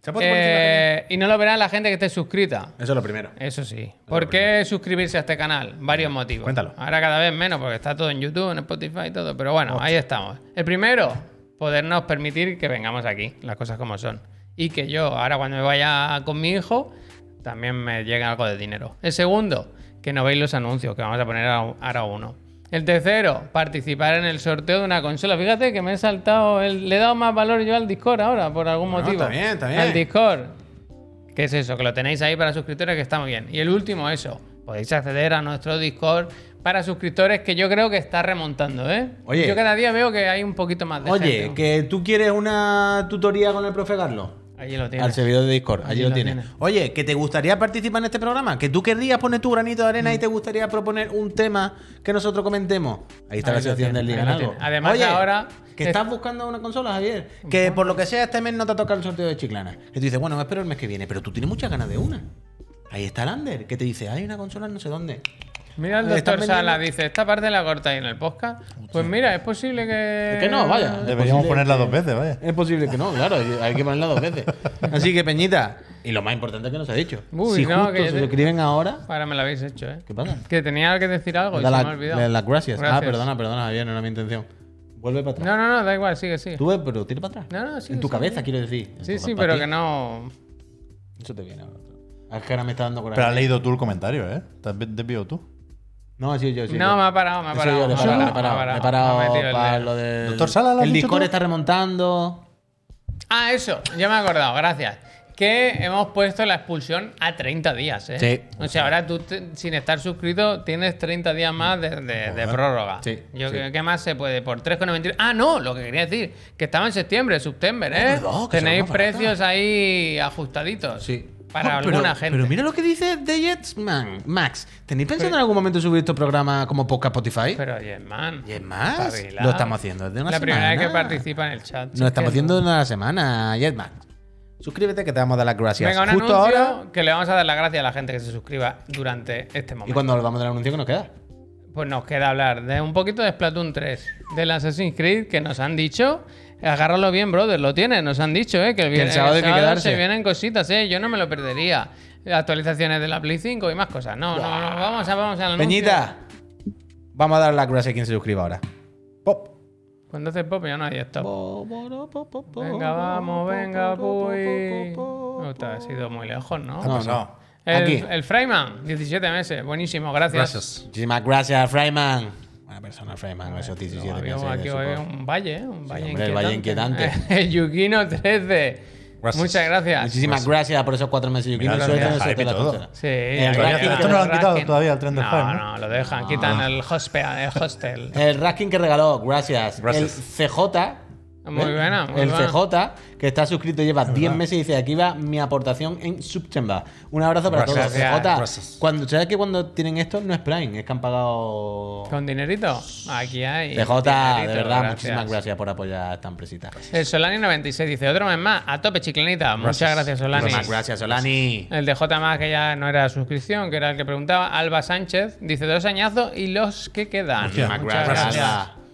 ¿Se eh, y no lo verá la gente que esté suscrita. Eso es lo primero. Eh, Eso sí. ¿Por qué suscribirse a este canal? Varios motivos. cuéntalo. Ahora cada vez menos, porque está todo en YouTube, en Spotify y todo. Pero bueno, ahí estamos. El primero, podernos permitir que vengamos aquí, las cosas como son. Y que yo, ahora cuando me vaya con mi hijo, también me llegue algo de dinero. El segundo, que no veis los anuncios, que vamos a poner ahora- ahora uno. El tercero, participar en el sorteo de una consola. Fíjate que me he saltado, el- le he dado más valor yo al Discord ahora, por algún Bueno, motivo. está bien, está bien. Al Discord. ¿Qué es eso? Que lo tenéis ahí para suscriptores que está muy bien. Y el último, eso. Podéis acceder a nuestro Discord para suscriptores que yo creo que está remontando, ¿eh? Oye. Yo cada día veo que hay un poquito más de Oye, gente. que tú quieres una tutoría con el profe Carlos. Allí lo Al tienes. servidor de Discord, allí Allí lo lo tienes. tiene. Oye, que te gustaría participar en este programa, que tú querrías poner tu granito de arena y te gustaría proponer un tema que nosotros comentemos. Ahí está Ahí la lo sección tiene, del día. ahí lo en algo. tiene. Además, Oye, ahora- Que estás buscando una consola, Javier. Que por lo que sea, este mes no te ha tocado el sorteo de Chiclana. Que tú dices, bueno, me espero el mes que viene, pero tú tienes muchas ganas de una. Ahí está el Ander, que te dice, hay una consola en no sé dónde. Mira, el ¿Le están doctor Sala vendiendo? dice, esta parte la cortáis en el podcast. Pues mira, es posible que... Es que no, vaya. Deberíamos Posible ponerla que- dos veces, vaya. Es posible que no, claro, hay- hay que ponerla dos veces. (laughs) Así que, Peñita, y lo más importante que nos ha dicho. Uy, si no, justo que yo se te- suscriben ahora, Ahora me lo habéis hecho, ¿eh? ¿qué pasa? Que tenía que decir algo y Da se la- me ha olvidado. le- las gracias. Ah, perdona, perdona, Javier, no era mi intención. Vuelve para atrás. No, no, no, da igual, sigue, sigue. Tú ves, pero tira para atrás. No, no, sí, En tu sí, cabeza, sí. quiero decir. En Sí, tu sí, pa- pero ti. que no... Eso te viene ahora. Ah, Es que ahora me está dando coraje. Pero has leído tú el comentario, ¿eh? Te has te has pillado tú. No, ha sido yo. ha sido No, yo. me ha parado, me ha He sido yo, parado. le he me ha parado, le he parado, me ha parado, le he parado, me ha parado metido el para dedo. lo del. Doctor Sala, ¿lo has El dicho Discord tú? está remontando. Ah, eso, ya me he acordado, gracias. Que hemos puesto la expulsión a 30 días, ¿eh? Sí. O sea, ahora tú, te- sin estar suscrito, tienes 30 días más de, de- de prórroga. Sí, Yo, sí. creo ¿Qué más se puede? Por 3,91. Ah, no, lo que quería decir, que estaba en septiembre, septiembre, ¿eh? verdad, que Tenéis será más barata. precios ahí ajustaditos. Sí. Para Oh, pero- alguna gente. Pero mira lo que dice The Jetsman, Max. ¿Tenéis pensado en algún momento subir estos programas como podcast Spotify? Pero, oye, man. y es más, espabilad. lo estamos haciendo desde una La semana. primera vez que participa en el chat. Lo estamos Es que- haciendo desde una semana, Jetman. Suscríbete que te vamos a dar las gracias. Venga, un Justo anuncio ahora. que le vamos a dar las gracias a la gente que se suscriba durante este Y momento. cuando volvamos del anuncio que nos queda. Pues nos queda hablar de un poquito de Splatoon 3, del Assassin's Creed que nos han dicho. Agárralo bien, brother, lo tienes, nos han dicho, ¿eh? Que el, el vier- sábado hay que quedarse. se vienen cositas, ¿eh? Yo no me lo perdería. Actualizaciones de la Play 5 y más cosas. No, no, no, vamos a, vamos al anuncio. Peñita, vamos a dar las gracias a quien se suscriba ahora. Pop. Cuando hace pop Pues ya no hay esto. Venga, Venga, vamos, venga, puy. Puta, ha sido muy lejos, ¿no? No, Ah, pues no. pasado. Aquí. El, el Fryman, 17 meses, buenísimo, gracias. Muchísimas gracias, Freyman. Buena persona, Freyman. Esos 17 Había meses de aquí su hoy post. un valle, ¿eh? un valle hombre, el valle inquietante. (laughs) El Yukino 13. Gracias. Muchas gracias. Muchísimas gracias por esos cuatro meses. Yo quiero Pues suerte Mira, el en el sorteo de la hype y todo. tercera. Sí, El ahí queda. Raskin- Eh, esto no lo han quitado Raskin. todavía, el tren del no, Fine, No, ¿no? lo dejan. Quitan Ah. el hostel. El (laughs) hostel. El Raskin que regaló, gracias. Gracias. El CJ. Ah, Muy ¿eh? buena, muy el buena. CJ, que está suscrito, lleva 10 meses y dice, aquí va mi aportación en September. Un abrazo para Gracias. todos. CJ, Gracias. cuando, ¿sabes que cuando tienen esto no es Prime? Es que han pagado... Con dinerito. Aquí hay. CJ, de dinerito, verdad, muchísimas gracias por apoyar a esta empresita. El Solani96 dice otro mes más. A tope, chiclenita. Muchas gracias, Solani. Muchísimas gracias, Solani. El de J más, que ya no era suscripción, que era el que preguntaba. Alba Sánchez dice dos añazos y los que quedan. Hostia, Muchas Muchísimas gracias. gracias.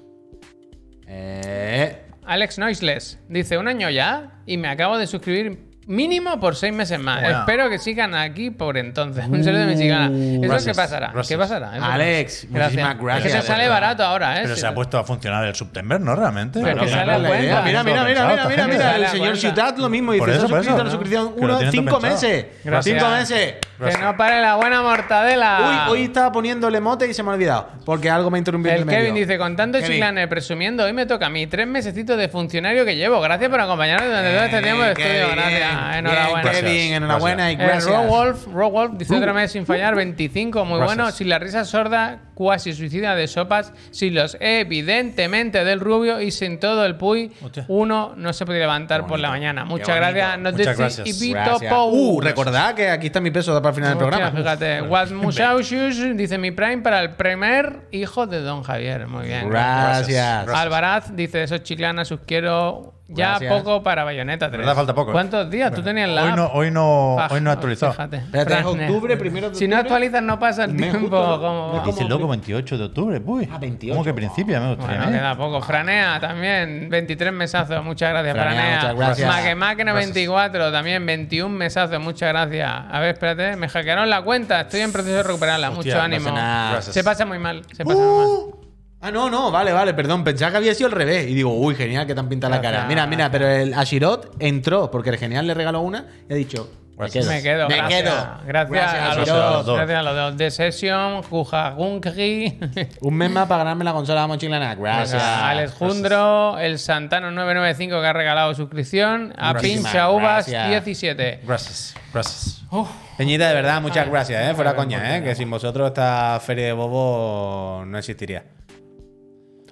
Eh, Alex Noiseless dice un año ya y me acabo de suscribir mínimo por seis meses más. Bueno. Espero que sigan aquí por entonces. (laughs) Un saludo de Michigana. ¿Eso gracias, qué pasará? ¿Qué gracias. pasará? Eso- Mm. Alex, muchísimas gracias. Es que se sale barato ahora, ¿eh? Pero Sí, se ha puesto a funcionar el September, ¿no? Realmente. Pero que Porque sale no a es la cuenta. idea. Mira, mira, mira, mira, mira, mira. El Dale señor cuenta. Ciutat lo mismo. Dice, Por se ha eso, por suscrito a eso, la ¿no? suscripción Que 1, lo tienen 5 todo pensado. meses. Gracias. 5 meses. Que no pare la buena mortadela. Uy, hoy estaba poniéndole mote y se me ha olvidado. Porque algo me ha interrumpido Ah. el en medio. Kevin dice, con tanto Kevin. chiclane presumiendo, hoy me toca a mí tres mesecitos de funcionario que llevo. Gracias por acompañarnos durante todo este Bien, tiempo de Eh, qué estudio. bien, Gracias. bien, Enhorabuena. Kevin, Eh, Gracias. Uh. enhorabuena y El gracias. Raw Wolf, Raw Wolf dice otra vez sin fallar, 25, muy Gracias. bueno. Sin la risa sorda, cuasi suicida de sopas, sin los evidentemente del rubio y sin todo el puy, Hostia. uno no se puede levantar por la mañana. Muchas bonito. gracias, nos Muchas dice gracias. y Vito Gracias. Pou. Uh, recordad que aquí está mi peso para el final del Hostia, programa. Fíjate, What Musausius dice mi prime para el primer hijo de Don Javier. Muy bien. Gracias. Ah, Gracias. Alvaraz dice esos chiclanas, os quiero ya Gracias. poco para Bayonetta 3. verdad, falta poco, ¿eh? ¿Cuántos días? Tú tenías la Hoy app. no, hoy no, Paja, hoy no ha actualizado. Ah, fíjate. Espérate, es Fran, octubre, eh, primero de Si no octubre. actualizas, no pasa el Me tiempo. gusta, como- me Bueno, Dice loco 28 de octubre, uy. Ah, 28. Como que principio, me gustaría. ¿eh? queda poco. Franea también, 23 mesazos. Muchas gracias, Franea, Franea. muchas gracias. Maquemáquena 24, también 21 mesazos. Muchas gracias. A ver, espérate, me hackearon la cuenta. Estoy en proceso de recuperarla. Hostia, Mucho no ánimo. pasa nada. Gracias. Se pasa muy mal. Se pasa muy mal. Uh. Ah, no, no, vale, vale, perdón. Pensaba que había sido al revés. Y digo, uy, genial, que tan pinta la cara. Mira, mira, pero el Ashirot entró porque el genial le regaló una y ha dicho, me Gracias. quedo. Me quedo, Me gracias. quedo. Gracias, a los Gracias a los dos. dos. Gracias a los dos. The Session, Jujagunkri. Un mes más para ganarme la consola de mochilana. Ah, Gracias. Alex Jundro, el Santano995 que ha regalado suscripción, a Gracias. Pincha Uvas Gracias. 17. Gracias, gracias. Peñita, de verdad, muchas Ay, gracias, ¿eh? Fuera ay, coña, ¿eh? Que sin vosotros esta feria de bobo no existiría.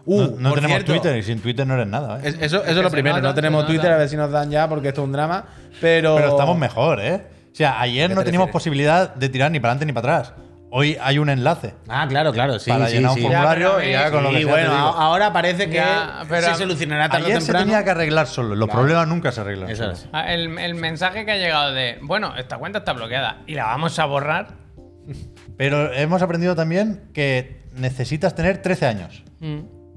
Uh, no no por tenemos cierto, Twitter y sin Twitter no eres nada, ¿eh? es- eso eso es que lo se primero. nota, no tenemos se Twitter, nota. a ver si nos dan ya porque esto es un drama. Pero, Pero estamos mejor, ¿eh? O sea, ayer ¿Qué no te teníamos refieres? posibilidad de tirar ni para adelante ni para atrás. Hoy hay un enlace Ah, claro, claro. Sí, para sí, llenar sí. un Ya, pero formulario a y mí- ya con lo Sí, que sea, bueno, te digo. a- ahora parece que Ya, pero se a- solucionará tarde o Ayer se temprano. tenía que arreglar solo. Los Claro. problemas nunca se arreglan. Eso es. solos. Ah, El, el mensaje que ha llegado de, bueno, esta cuenta está bloqueada y la vamos a borrar. Pero hemos aprendido también que necesitas tener 13 años.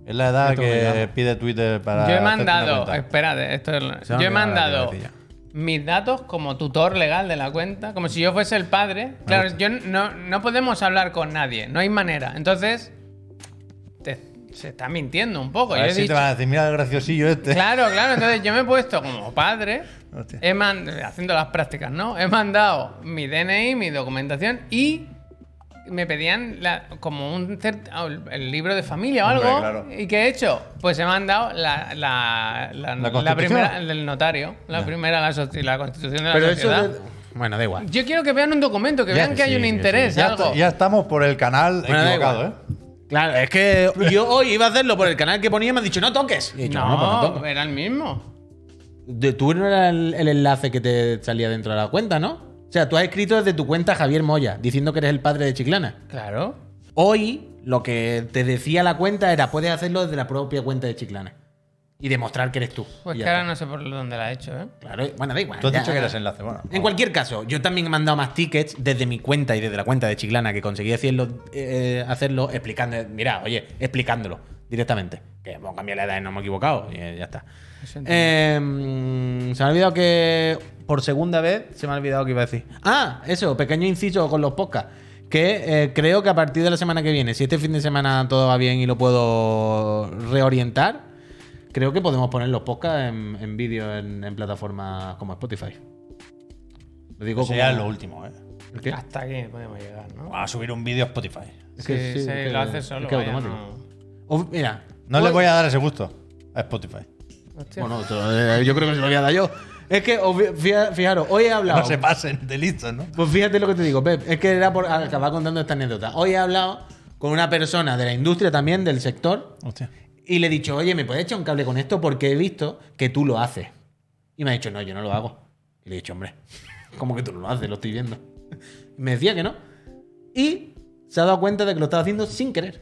Es la edad Esto me que llama. pide Twitter para. Mm. Yo he hacerte una mandado, eh, pues, cuenta. espérate, esto es lo- Se yo me he olvidaba la mandado libretilla. mis datos como tutor legal de la cuenta, como si yo fuese el padre. Claro, yo no, no podemos hablar con nadie, no hay manera. Entonces, te- se está mintiendo un poco. A Yo ver he si dicho- te van a decir, mira el graciosillo este. Claro, claro. Entonces yo me he puesto como padre, Hostia. he man- haciendo las prácticas, ¿no? He mandado mi DNI, mi documentación y me pedían la- como un cer- el- el libro de familia o Hombre, algo. claro. ¿Y qué he hecho? Pues he mandado la, la, la, la Constitución? primera, del notario, la primera, la, soci- la constitución de la Pero eso. sociedad. Bueno, da igual. Yo quiero que vean un documento, que Ya, vean que que hay sí, un que sí. interés, Ya, algo. est- ya estamos por el canal Bueno, da equivocado, igual. ¿eh? Claro, es que yo hoy iba a hacerlo por el canal que ponía y me han dicho, no toques. Y he dicho, no, pues toco". era el mismo. De- Tú no era el, el enlace que te salía dentro de la cuenta, ¿no? O sea, tú has escrito desde tu cuenta Javier Moya, diciendo que eres el padre de Chiclana. Claro. Hoy lo que te decía la cuenta era, puedes hacerlo desde la propia cuenta de Chiclana. y demostrar que eres tú. Pues Y que ya ahora no sé por dónde la he hecho, ¿eh? Claro, bueno, da igual. Tú has ya. dicho que eres enlace, bueno. En cualquier caso, yo también he mandado más tickets desde mi cuenta y desde la cuenta de Chiclana que conseguí hacerlo, eh, hacerlo explicando. Mira, oye, explicándolo directamente. Que hemos cambiado la edad y no hemos equivocado. Y eh, ya está. Eso Eh, mm, se me ha olvidado que. Por segunda vez se me ha olvidado que iba a decir. Ah, eso, pequeño inciso con los podcasts. Que eh, creo que a partir de la semana que viene, si este fin de semana todo va bien y lo puedo reorientar, creo que podemos poner los podcasts en, en vídeo en, en plataformas como Spotify. Lo digo Eso ya es como- lo último, ¿eh? ¿El qué? Hasta aquí podemos llegar, ¿no? Va a subir un vídeo a Spotify. Es Sí, que sí, sí, es que- lo hace es solo. que vaya, automático. O- mira. No Pues le voy- voy a dar ese gusto a Spotify. no. Hostia. Bueno, te lo- eh, yo creo que se lo voy a dar yo. Es que, os vi- fija- fijaros, hoy he hablado. No se pasen de listos, ¿no? Pues fíjate lo que te digo, Pep. Es que era por acabar contando esta anécdota. Hoy he hablado con una persona de la industria también, del sector, Hostia. y le he dicho, oye, ¿me puedes echar un cable con esto? Porque he visto que tú lo haces. Y me ha dicho, no, yo no lo hago. Y le he dicho, hombre, (laughs) ¿cómo que tú no lo haces? Lo estoy viendo. (laughs) Y me decía que no. Y se ha dado cuenta de que lo estaba haciendo sin querer,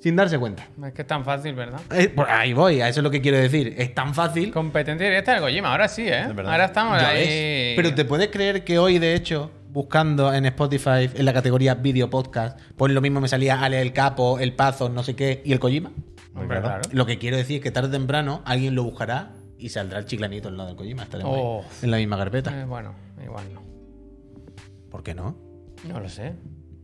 sin darse cuenta. Es que es tan fácil, ¿verdad? Eh, pues ahí voy, a eso es lo que quiero decir. Es tan fácil. Competencia directa del Kojima, ahora sí, ¿eh? Es verdad. Ahora eh, estamos Ya ahí. ves. Pero te puedes creer que hoy, de hecho, buscando en Spotify, en la categoría video podcast, pues lo mismo me salía Ale el Capo, el Pazo, no sé qué, y el Kojima. Hombre, Claro. claro. Lo que quiero decir es que tarde o temprano alguien lo buscará y saldrá el chiclanito al lado del Kojima. Estaremos ahí, Oh. en la misma carpeta. Eh, bueno, igual no. ¿Por qué no? No lo sé.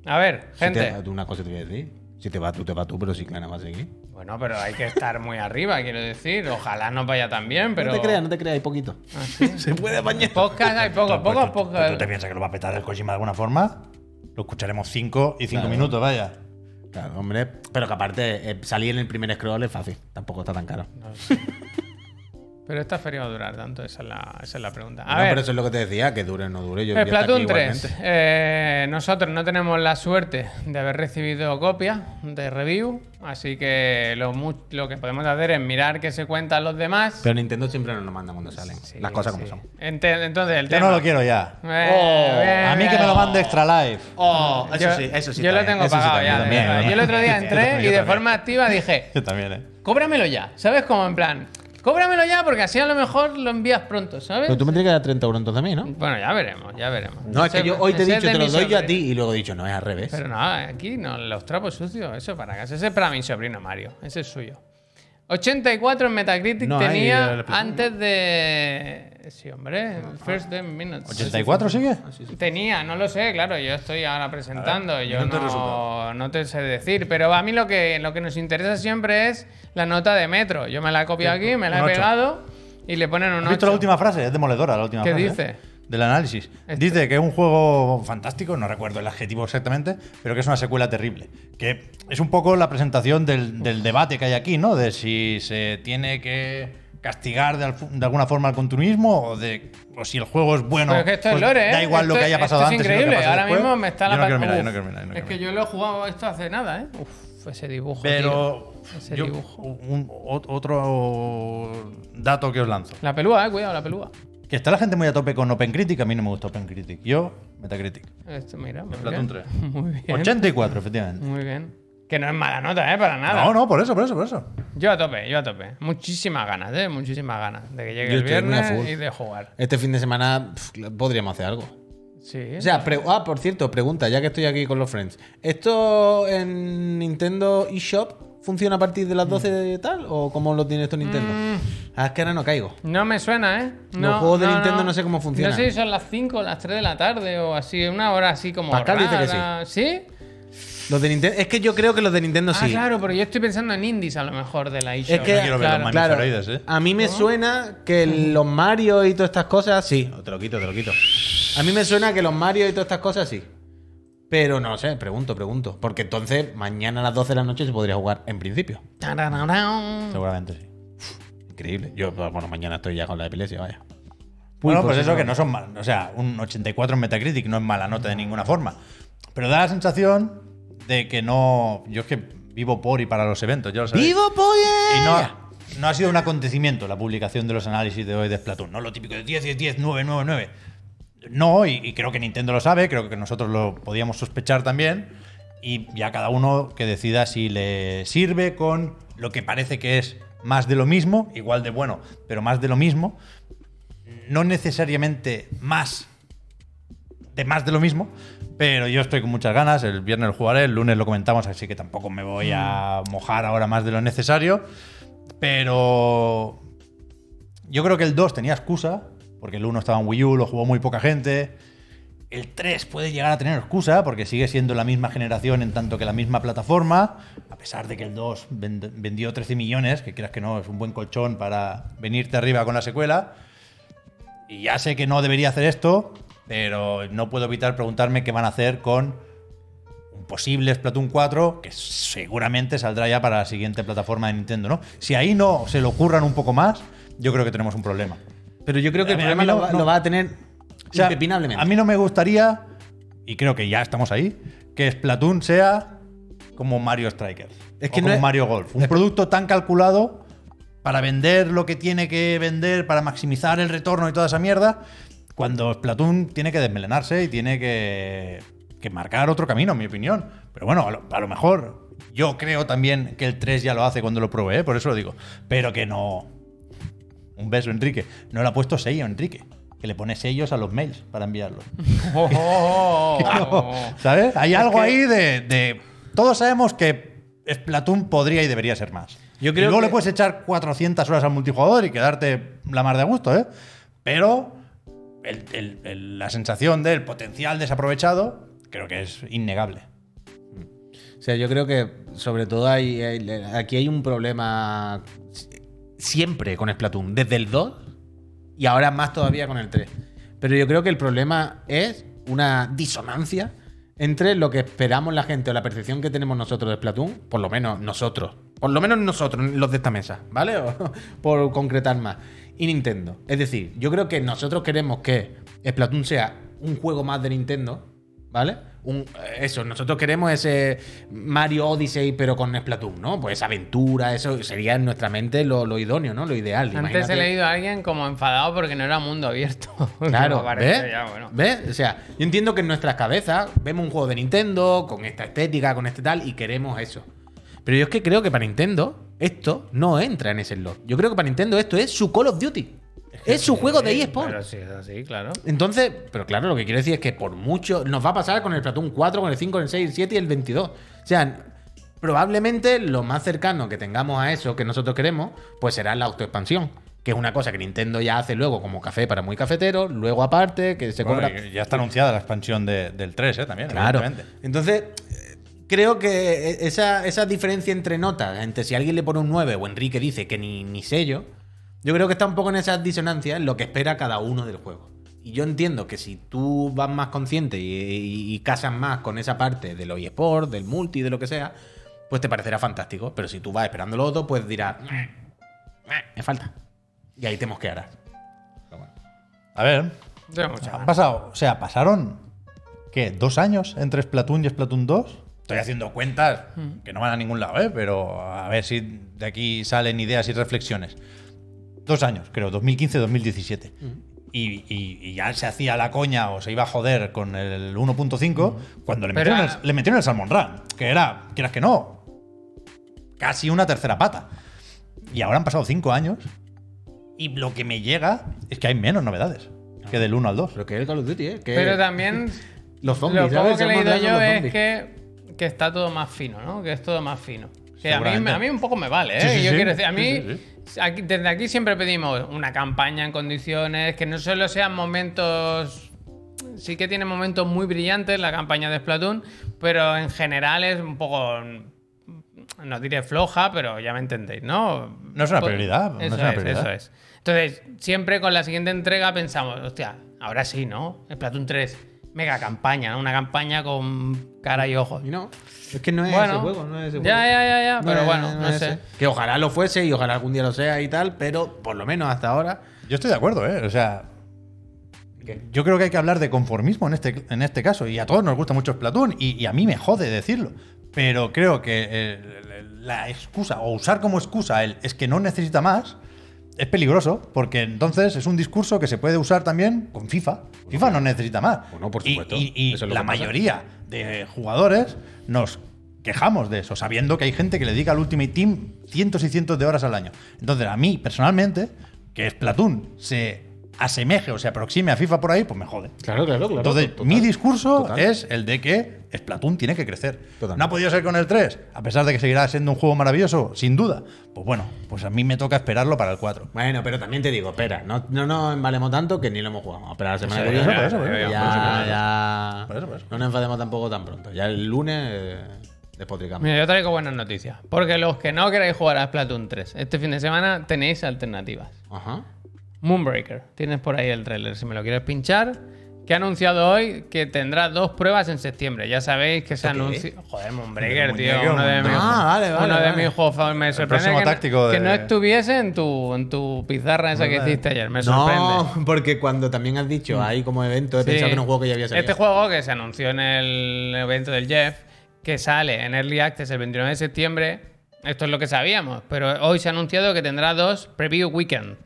A ver, Si gente. te- una cosa te voy a decir. Si te vas tú, te vas tú, pero Chiclana va a seguir. Bueno, pero hay que estar muy arriba, quiero decir. Ojalá nos vaya tan bien, pero. No te creas, no te creas, hay poquito. Se puede apañar. Podcast hay pocos, Pero pocos, tú- pocos. pero ¿Tú te piensas que lo va a petar el Kojima de alguna forma? Lo escucharemos 5 y 5 Claro. minutos, vaya. Claro, hombre. Pero que aparte, eh, salir en el primer scroll es fácil. Tampoco está tan caro. No lo sé. Pero esta feria va a durar tanto, esa es la, esa es la pregunta. A no, ver, Eh, pero eso es lo que te decía, que dure o no dure. Yo voy a estar aquí Splatoon 3. igualmente. Eh, nosotros no tenemos la suerte de haber recibido copias de review, así que lo, mu- lo que podemos hacer es mirar qué se cuentan los demás. Pero Nintendo siempre nos lo manda cuando salen. Sí, las cosas como sí. son. Ente- entonces, el Yo tema. no lo quiero ya. Eh, Oh, bien, A mí que me lo bien. mande Extra Life. Oh, yo, yo lo tengo pagado ya. de también, verdad. (laughs) yo yo el (laughs) otro día también. entré y Yo de también. forma activa dije, Yo también, ¿eh? cóbramelo ya. ¿Sabes? Como en plan, cóbramelo ya porque así a lo mejor lo envías pronto, ¿sabes? Pero tú me tienes que dar 30 euros entonces a mí, ¿no? Bueno, ya veremos, ya veremos. No, es que Ese- yo hoy te he ese dicho, es de te lo mi doy yo a sobrino. ti y luego he dicho, no, es al revés. Pero no, aquí no, los trapos sucios, eso para casa. Ese es para mi sobrino Mario, ese es suyo. 84 en Metacritic No hay, eh, tenía la película. antes de. Sí, hombre, First 10 Minutes. ¿84 sigue? Tenía, no lo sé, claro, yo estoy ahora presentando, ver, yo minuto y no, resultado. no te sé decir, pero a mí lo que, lo que nos interesa siempre es la nota de metro. Yo me la he copiado aquí, me la he un ocho. pegado y le ponen un ¿Has visto la 8. última frase? Es demoledora la última ¿Qué frase. dice? Este. ¿eh? Del análisis. Dice que es un juego fantástico, no recuerdo el adjetivo exactamente, pero que es una secuela terrible. Que es un poco la presentación del, del debate que hay aquí, ¿no? De si se tiene que castigar de, alfu- de alguna forma al continuismo o, de, o si el juego es bueno. Pero es que esto es pues lore, ¿eh? Da igual lo Esto- que haya pasado esto Es antes. y lo que increíble, pase ahora después. mismo me está la Yo no quiero pa- mirar, yo Uf, no quiero mirar. yo no Es quiero que mirar. yo lo he jugado esto hace nada, ¿eh? Uf, ese dibujo. Pero tío. Ese yo- dibujo. un- ot- otro dato que os lanzo. La pelúa, eh, cuidado, la pelúa. Que está la gente muy a tope con OpenCritic, a mí no me gusta OpenCritic. Yo, Metacritic. Esto, mira. muy Splatoon bien. 3. Muy bien. 84, efectivamente. Muy bien. Que no es mala nota, ¿eh? Para nada. No, no, por eso, por eso, por eso. Yo a tope, yo a tope. Muchísimas ganas, ¿eh? Muchísimas ganas de que llegue Yo el estoy muy a viernes full. y de jugar. Este fin de semana pf, podríamos hacer algo. Sí. O sea, pre- ah, por cierto, pregunta, ya que estoy aquí con los friends. ¿Esto en Nintendo eShop funciona a partir de las 12 de tal? ¿O cómo lo tiene esto Nintendo? Ah, es que ahora no caigo. no me suena, ¿eh? Los No, juegos de Nintendo no sé cómo funcionan. No sé si son las 5 o las 3 de la tarde o así, una hora así como. Pascal dice que rara. ¿Sí? Los de Nintendo, es que yo creo que los de Nintendo Ah, sí. claro, pero yo estoy pensando en indies a lo mejor de la eShop. Es que no (laughs) quiero ver claro. los Claro, Mamíferoides, ¿eh? a mí me suena que los Mario y todas estas cosas sí. Te lo quito, te lo quito. A mí me suena que los Mario y todas estas cosas sí. Pero no sé, pregunto, pregunto. Porque entonces mañana a las 12 de la noche se podría jugar en principio. Tarararán. Seguramente sí. Increíble. Yo, bueno, mañana estoy ya con la epilepsia, vaya. bueno, pues eso que no son mal. O sea, un 84 en Metacritic no es mala nota de ninguna forma. Pero da la sensación de que no. Yo es que vivo por y para los eventos, ya lo sabéis. ¡Vivo Poye! Y no, no ha sido un acontecimiento la publicación de los análisis de hoy de Splatoon, ¿no? Lo típico de 10, 10, 10, 9, 9, 9. No, y, y creo que Nintendo lo sabe, creo que nosotros lo podíamos sospechar también. Y ya cada uno que decida si le sirve con lo que parece que es más de lo mismo, igual de bueno, pero más de lo mismo, no necesariamente más de más de lo mismo, pero yo estoy con muchas ganas, el viernes lo jugaré, el lunes lo comentamos, así que tampoco me voy a mojar ahora más de lo necesario, pero yo creo que el 2 tenía excusa, porque el 1 estaba en Wii U, lo jugó muy poca gente. El 3 puede llegar a tener excusa, porque sigue siendo la misma generación en tanto que la misma plataforma, a pesar de que el 2 vend- vendió 13 millones, que creas que no, es un buen colchón para venirte arriba con la secuela. Y ya sé que no debería hacer esto, pero no puedo evitar preguntarme qué van a hacer con un posible Splatoon 4, que seguramente saldrá ya para la siguiente plataforma de Nintendo, ¿no? Si ahí no se lo curran un poco más, yo creo que tenemos un problema. Pero yo creo que A el mí- a problema mí no- lo, va- no. lo va a tener O sea, impepinablemente. A mí no me gustaría, y creo que ya estamos ahí, que Splatoon sea como Mario Strikers. Es o que no como es- Mario Golf. Un producto tan calculado para vender lo que tiene que vender, para maximizar el retorno y toda esa mierda, cuando Splatoon tiene que desmelenarse y tiene que, que marcar otro camino, en mi opinión. Pero bueno, a lo, a lo mejor yo creo también que el 3 ya lo hace cuando lo probé, ¿eh? por eso lo digo. Pero que no, un beso, Enrique. No le ha puesto sello, Enrique. Que le pone sellos a los mails para enviarlos. Oh, (laughs) oh, oh, oh. ¿Sabes? Hay algo ahí de, de- Todos sabemos que Splatoon podría y debería ser más. Yo Y creo luego que- le puedes echar 400 horas al multijugador y quedarte la mar de a gusto, ¿eh? Pero el- el- el- la sensación del potencial desaprovechado creo que es innegable. O sea, yo creo que sobre todo hay, hay- aquí hay un problema si- siempre con Splatoon, desde el 2 y ahora más todavía con el 3. Pero yo creo que el problema es una disonancia entre lo que esperamos la gente o la percepción que tenemos nosotros de Splatoon, por lo menos nosotros, por lo menos nosotros, los de esta mesa, ¿vale? (laughs) O- por concretar más. Y Nintendo. Es decir, yo creo que nosotros queremos que Splatoon sea un juego más de Nintendo, ¿Vale? Un- eh, eso, nosotros queremos ese Mario Odyssey, pero con Splatoon, ¿no? Pues aventura, eso sería en nuestra mente lo, lo idóneo, ¿no? Lo ideal. Antes Imagínate. he leído a alguien como enfadado porque no era mundo abierto. (laughs) Me Claro, pareció ¿ves? ya, bueno. ¿Ves? O sea, yo entiendo que en nuestras cabezas vemos un juego de Nintendo con esta estética, con este tal, y queremos eso. Pero yo es que creo que para Nintendo esto no entra en ese slot. Yo creo que para Nintendo esto es su Call of Duty. Es su juego de eSports. Pero sí, es así, claro. Entonces, pero claro, lo que quiero decir es que por mucho nos va a pasar con el Platón 4, con el 5, con el 6, el 7 y el 22. O sea, probablemente lo más cercano que tengamos a eso que nosotros queremos, pues será la autoexpansión. Que es una cosa que Nintendo ya hace luego como café para muy cafeteros, luego aparte, que se Bueno, cobra. y ya está anunciada la expansión de- del 3, ¿eh? También, Claro. evidentemente. Entonces, eh, creo que e- esa, esa diferencia entre notas, entre si alguien le pone un 9 o Enrique dice que ni, ni sello, yo creo que está un poco en esas disonancias en lo que espera cada uno del juego. Y yo entiendo que si tú vas más consciente y, y- y casas más con esa parte del eSport, del multi, de lo que sea, pues te parecerá fantástico. Pero si tú vas esperando lo otro, pues dirás, "Meh, meh, me falta. Y ahí te mosquearás. A ver, Tengo Ah, mucha Han gana. pasado, o sea, pasaron, ¿qué? ¿Dos años entre Splatoon y Splatoon 2? Estoy haciendo cuentas Mm. que no van a ningún lado, ¿eh? Pero a ver si de aquí salen ideas y reflexiones. Dos años, creo, 2015-2017. Mm. Y, y- y ya se hacía la coña o se iba a joder con el 1.5 cuando le Pero metieron, era- el, le metieron el Salmon Run, que era, quieras que no, casi una tercera pata. Y ahora han pasado cinco años y lo que me llega es que hay menos novedades Ah. que del 1 al 2. Pero que es el Call of Duty, ¿eh? Que Pero también los zombies, Lo poco que he ¿sabes? Se han leído mandado yo los es zombies. que, que está todo más fino, ¿no? Que es todo más fino. Que a mí, Seguramente. a mí un poco me vale, ¿eh? Sí, sí, yo sí. quiero decir, a Sí, mí, sí, aquí- desde aquí siempre pedimos una campaña en condiciones, que no solo sean momentos... Sí que tiene momentos muy brillantes la campaña de Splatoon, pero en general es un poco... No diré floja, pero ya me entendéis, ¿no? No es una Pues, prioridad, no Eso es una es, prioridad. eso es. Entonces, siempre con la siguiente entrega pensamos, hostia, ahora sí, ¿no? Splatoon 3, mega campaña, ¿no? Una campaña con cara y ojos. Y no, es que no es ese juego, no es ese juego. ya, ya, ya, ya, pero es- bueno, no, es sé. ese. Que ojalá lo fuese y ojalá algún día lo sea y tal, pero por lo menos hasta ahora. Yo estoy de acuerdo, ¿eh? O sea, ¿Qué? yo creo que hay que hablar de conformismo en este, en este caso. Y a todos nos gusta mucho Splatoon y, y a mí me jode decirlo. Pero creo que eh, la excusa, o usar como excusa el es que no necesita más, es peligroso. Porque entonces es un discurso que se puede usar también con FIFA. FIFA no necesita más. Bueno, por Y- supuesto. Y, y Eso es lo la que pasa. mayoría de jugadores nos quejamos de eso, sabiendo que hay gente que le dedica al Ultimate Team cientos y cientos de horas al año. Entonces, a mí, personalmente, que Splatoon se asemeje o se aproxime a FIFA por ahí, pues me jode. Claro, claro, claro. Entonces, total. mi discurso total. es el de que Splatoon tiene que crecer. Totalmente. No ha podido ser con el 3, a pesar de que seguirá siendo un juego maravilloso, sin duda. Pues bueno, pues a mí me toca esperarlo para el 4. Bueno, pero también te digo, espera, no no nos embalemos tanto que ni lo hemos jugado. Espera la semana Sí, que por viene. eso, por eso, por ya, eso, por eso, por eso. ya. Por eso, por eso. No nos enfademos tampoco tan pronto. Ya el lunes eh, despotricamos. Mira, yo traigo buenas noticias. Porque los que no queréis jugar a Splatoon 3, este fin de semana tenéis alternativas. Ajá. Moonbreaker, tienes por ahí el trailer, si me lo quieres pinchar. Que ha anunciado hoy que tendrá dos pruebas en septiembre. Ya sabéis que se anunció. Joder, Moonbreaker, Hombre, tío. muñeco, Uno de mis, hombre. Ah, vale, vale, uno de vale. mis juegos favoritos. Me sorprende próximo que, no- táctico que de- no estuviese en tu, en tu pizarra esa que Verdad. hiciste ayer. Me sorprende. Mm. No, (laughs) porque cuando también has dicho hay como evento, he Sí. pensado que era un juego que ya había salido. Este juego que se anunció en el evento del Jeff, que sale en Early Access el 29 de septiembre, esto es lo que sabíamos, pero hoy se ha anunciado que tendrá dos preview weekend.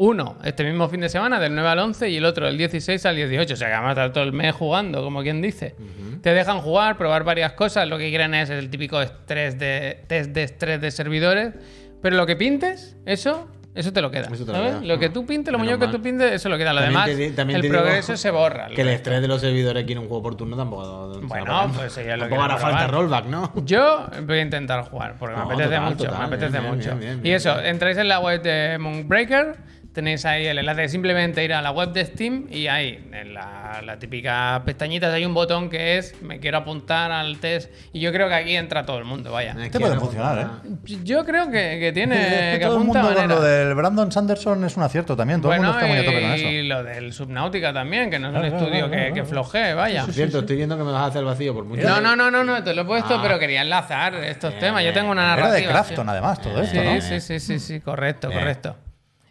Uno este mismo fin de semana, del 9 al 11, y el otro del 16 al 18. O sea, que vamos a estar todo el mes jugando, como quien dice. Te dejan jugar, probar varias cosas. Lo que quieren es el típico estrés de, test de estrés de servidores. Pero lo que pintes, eso, eso te lo queda. Eso te lo ¿sabes? queda. Lo que tú pintes, lo Menos muñeco que mal. tú pintes, eso lo queda. Lo También demás, te di- también el te digo progreso se borra. Que el Lo- estrés de los servidores quiere un juego por turno tampoco. se Bueno, lo pongan. pues ya lo Tampoco hará quieren falta probar. rollback, ¿no? Yo voy a intentar jugar, porque me No, apetece total, mucho, total, me apetece bien, bien, mucho. bien, bien, y bien. eso, entráis en la web de Moonbreaker, tenéis ahí el enlace, simplemente ir a la web de Steam y ahí, en la, la típica pestañita, hay un botón que es me quiero apuntar al test. Y yo creo que aquí entra todo el mundo, vaya. Es Este que puede no- funcionar, ¿eh? Yo creo que, que tiene Es que que todo el apunta mundo con lo manera. del Brandon Sanderson es un acierto también. Todo el Bueno, mundo está muy a tope con y eso. lo del Subnautica también, que no es un Claro, claro, estudio claro, que, claro, que claro. flojee, vaya. Por cierto, estoy viendo que me vas a hacer vacío por mucho. No, no, no, no, no, te lo he puesto, Ah. pero quería enlazar estos temas. Yo tengo una Era narrativa. de Crafton, sí. además, todo esto, Sí, ¿no? sí, sí, sí, sí, correcto, correcto.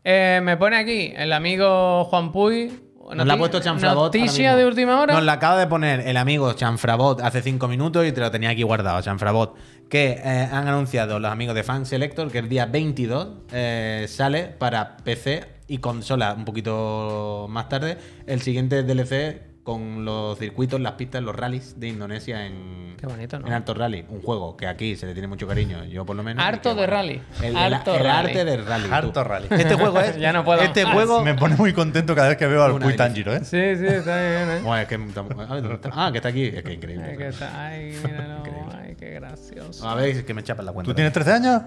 Eh, me pone aquí el amigo Juan Puy. Nos la ha puesto Chanfrabot. ahora Noticia mismo. de última hora. Nos la acaba de poner el amigo Chanfrabot hace cinco minutos y te lo tenía aquí guardado, Chanfrabot. Que eh, han anunciado los amigos de Fan Selector que el día 22 eh, sale para PC y consola un poquito más tarde el siguiente DLC con los circuitos, las pistas, los rallies de Indonesia en, Qué bonito, ¿no? en Alto Rally. Un juego que aquí se le tiene mucho cariño, yo por lo menos. Harto y que, de rally. El, el- Harto el rally. arte del rally. tú. Harto rally. Este juego ¿eh? es. (laughs) Ya no puedo. Este Ah, juego. Me pone muy contento cada vez que veo al Una Puy vez. Tanjiro, ¿eh? Sí, sí, está bien, ¿eh? Bueno, es que- Ah, que está aquí. Es que (laughs) increíble. Ah, Ay, que está- Ay, míralo. Ay, qué gracioso. A ver, es que me chapan la cuenta. ¿Tú tienes 13 años?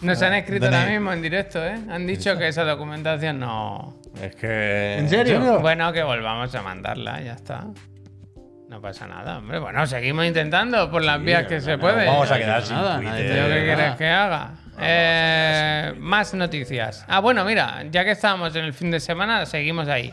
Nos ah, han escrito ahora Dani. mismo en directo, ¿eh? Han dicho que esa documentación no. Es que. Eh, ¿En serio? Bueno, que volvamos a mandarla, ya está. No pasa nada, hombre. Bueno, seguimos intentando por las vías que se puede. Vamos a quedar Nada, sin nadie Twitter. ¿Yo te Eh, qué nada. quieres que haga? Eh, más noticias. Ah, bueno, mira, ya que estábamos en el fin de semana, seguimos ahí.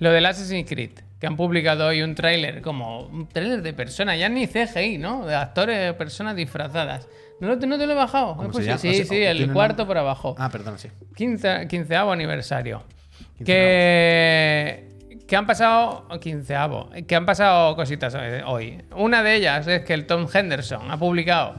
Lo del Assassin's Creed, que han publicado hoy un tráiler, como un tráiler de personas, ya ni CGI, ¿no? De actores, personas disfrazadas. ¿No, lo te- no te lo he bajado? ¿Es se posible? llama? Sí, No sé, sí, ¿o el tiene cuarto nombre? por abajo. Ah, perdón, sí. 15, quinceavo aniversario. Que, que han pasado. Quinceavo. Que han pasado cositas eh, hoy. Una de ellas es que el Tom Henderson ha publicado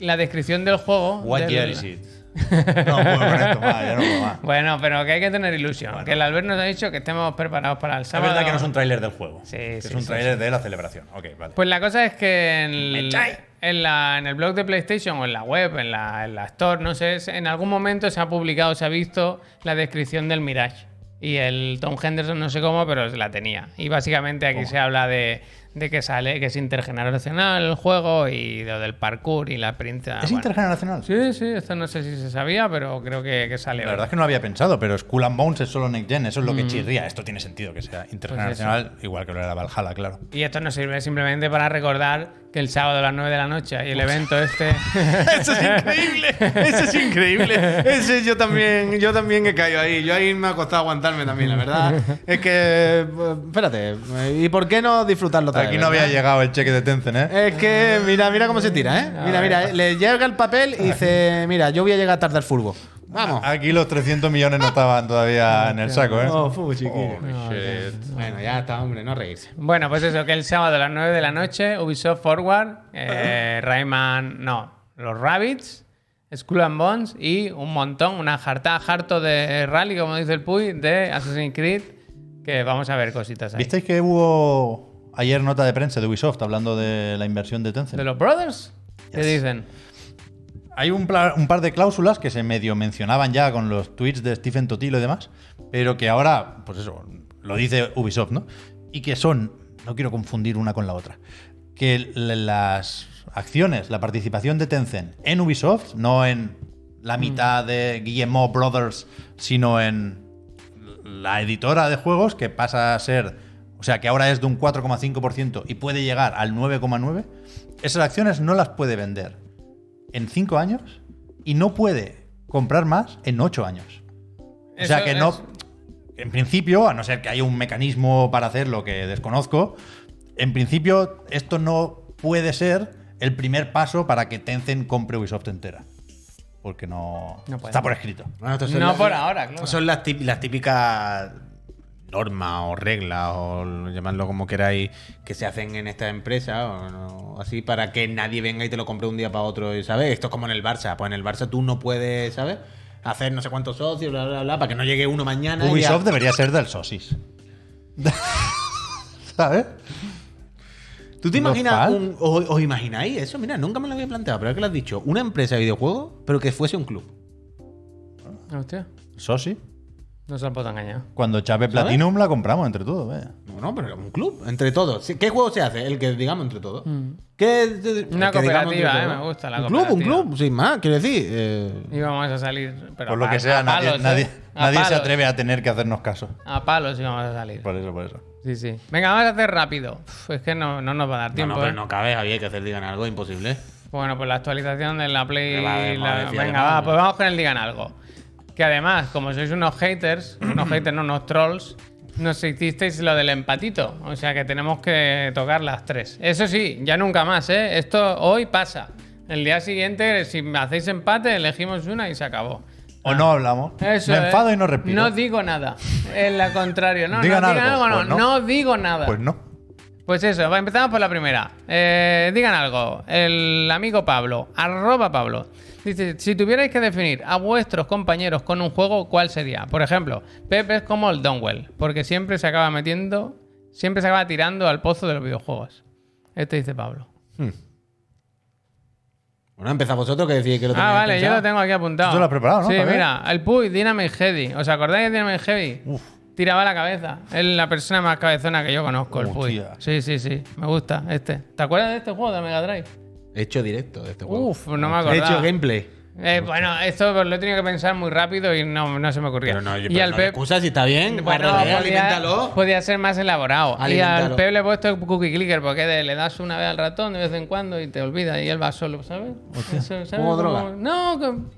la descripción del juego. What del- year (laughs) is it? (laughs) No, puedo con esto, va, ya no (laughs) puedo más. Bueno, pero que hay que tener ilusión. Que el Albert nos ha dicho que estemos preparados para el Es sábado. verdad que no es un tráiler del juego. Sí, Que sí, Es un sí, tráiler de la celebración. Ok, vale. Pues la cosa es que en, el- Me echáis. en la- en el blog de PlayStation o en la web, en la, en la store, no sé, en algún momento se ha publicado, se ha visto la descripción del Mirage. Y el Tom Henderson, no sé cómo, pero la tenía. Y básicamente aquí se habla de, de que sale, que es intergeneracional el juego y lo del parkour y la prensa. ¿Es Ah, bueno. intergeneracional? Sí, sí, esto no sé si se sabía, pero creo que, que sale. La hoy. verdad es que no lo había pensado, pero Skull and Bones es solo Next Gen, eso es Mm. lo que chirría. Esto tiene sentido que Pues sea intergeneracional, igual que lo era Valhalla, claro. (laughs) Y esto nos sirve simplemente para recordar que el sábado a las 9 de la noche y el evento (laughs) este. Eso es increíble. Eso es increíble. Ese yo también, yo también he caído ahí. Yo ahí me ha costado aguantarme también, la verdad. Es que. eh, Espérate. ¿Y por qué no disfrutarlo otra Aquí vez, no había verdad? llegado el cheque de Tencent, ¿eh? Es que, mira, mira cómo se tira, ¿eh? Mira, mira, eh, le llega el papel y dice: Mira, yo voy a llegar tarde al furbo. Vamos. Aquí los 300 millones no estaban todavía en el saco, ¿eh? Oh, fu, chiquillo. Bueno, ya está, hombre, no reírse. Bueno, pues eso, que el sábado a las 9 de la noche, Ubisoft Forward, eh, Rayman, no, los Rabbits, Skull and Bones y un montón, una jarta, harto de rally, como dice el Puy, de Assassin's Creed, que vamos a ver cositas ahí. ¿Visteis que hubo ayer nota de prensa de Ubisoft hablando de la inversión de Tencent. ¿De los Brothers? ¿Qué Yes. dicen? Hay un, pla- un par de cláusulas que se medio mencionaban ya con los tweets de Stephen Totilo y demás, pero que ahora, pues eso, lo dice Ubisoft, ¿no? Y que son, no quiero confundir una con la otra, que l- las acciones, la participación de Tencent en Ubisoft, no en la mitad de Guillemot Brothers, sino en la editora de juegos que pasa a ser, o sea, que ahora es de un 4,5% y puede llegar al 9,9%, esas acciones no las puede vender en 5 años y no puede comprar más en 8 años. O sea Eso que no, es- en principio, a no ser que haya un mecanismo para hacerlo que desconozco, en principio esto no puede ser el primer paso para que Tencent compre Ubisoft entera. Porque no, No puede. está por escrito. Bueno, estas No por ahora, claro. Son las, tip- las típicas normas o reglas, o lo- llamadlo como queráis, que se hacen en esta empresa, o no- así, para que nadie venga y te lo compre un día para otro, y ¿sabes? Esto es como en el Barça. Pues en el Barça tú no puedes, ¿sabes? Hacer no sé cuántos socios, bla, bla, bla, para que no llegue uno mañana. y Ubisoft ya- debería ser del Sosis. (laughs) ¿Sabes? ¿Tú te imaginas Nopal. un- os, os imagináis eso? Mira, nunca me lo había planteado, pero es que lo has dicho. Una empresa de videojuegos, pero que fuese un club. Hostia, Sosi. no se han puesto engañado. Cuando Chave Platinum la compramos entre todos, vaya. No, no, pero un club, entre todos. Sí, ¿Qué juego se hace? El que digamos entre todos. ¿Qué- el que digamos Mm. cooperativa, entre todos? eh, me gusta la Un club, un cooperativa. club, sin más, quiero decir. eh, Íbamos a salir. Pero Por lo a- que sea, a nadie, palos, ¿eh? nadie- A nadie se palos. atreve a tener que hacernos caso. A palos íbamos a salir. Por eso, por eso. Sí, sí. Venga, vamos a hacer rápido. Uf, es que no, no nos va a dar No, tiempo. no, pero ¿eh? no cabe, había que hacer, digan algo, imposible. Bueno, pues la actualización de la Play. Que va, vamos a la- decir Venga, además, va, ¿no? pues vamos con el Digan Algo. Que además, como sois unos haters, unos haters, no unos trolls, nos hicisteis lo del empatito. O sea que tenemos que tocar las tres. Eso sí, ya nunca más, ¿eh? Esto hoy pasa. El día siguiente, si me hacéis empate, elegimos una y se acabó. O no hablamos. Ah. Eso me es. enfado y no respiro. No digo nada. Es la contrario. No, Digan no, digan algo. algo, no. Pues no. no. digo nada. pues no. Pues eso, va, empezamos por la primera. Eh, digan algo. El amigo Pablo, arroba Pablo, dice: Si tuvierais que definir a vuestros compañeros con un juego, ¿cuál sería? Por ejemplo, Pepe es como el Donwell, porque siempre se acaba metiendo, siempre se acaba tirando al pozo de los videojuegos. Este dice Pablo. Bueno, empezad vosotros que decís que lo Ah, teníais vale, yo pensado. lo tengo aquí apuntado. Tú lo has preparado, ¿no? Sí, También. mira, el Puy, Dynamite Heavy. ¿Os acordáis de Dynamite Heavy? Uf. Tiraba la cabeza. Es la persona más cabezona que yo conozco, el Puy. Hostia. Sí, sí, sí. Me gusta este. ¿Te acuerdas de este juego de Mega Drive? He hecho directo de este juego. Uf, no me He hecho acordaba. gameplay. Eh, bueno, esto pues, lo he tenido que pensar muy rápido y no, no se me ocurría. Pero no, yo- y pero al no le Pep, excusas, si está bien. bueno, guárdalo, podía, eh, aliméntalo. podía ser más elaborado. Y al Aliméntalo. Pep le he puesto el cookie clicker porque de- le das una vez al ratón de vez en cuando y te olvidas y él va solo, ¿sabes? Eso, ¿sabes? Como droga. No, con-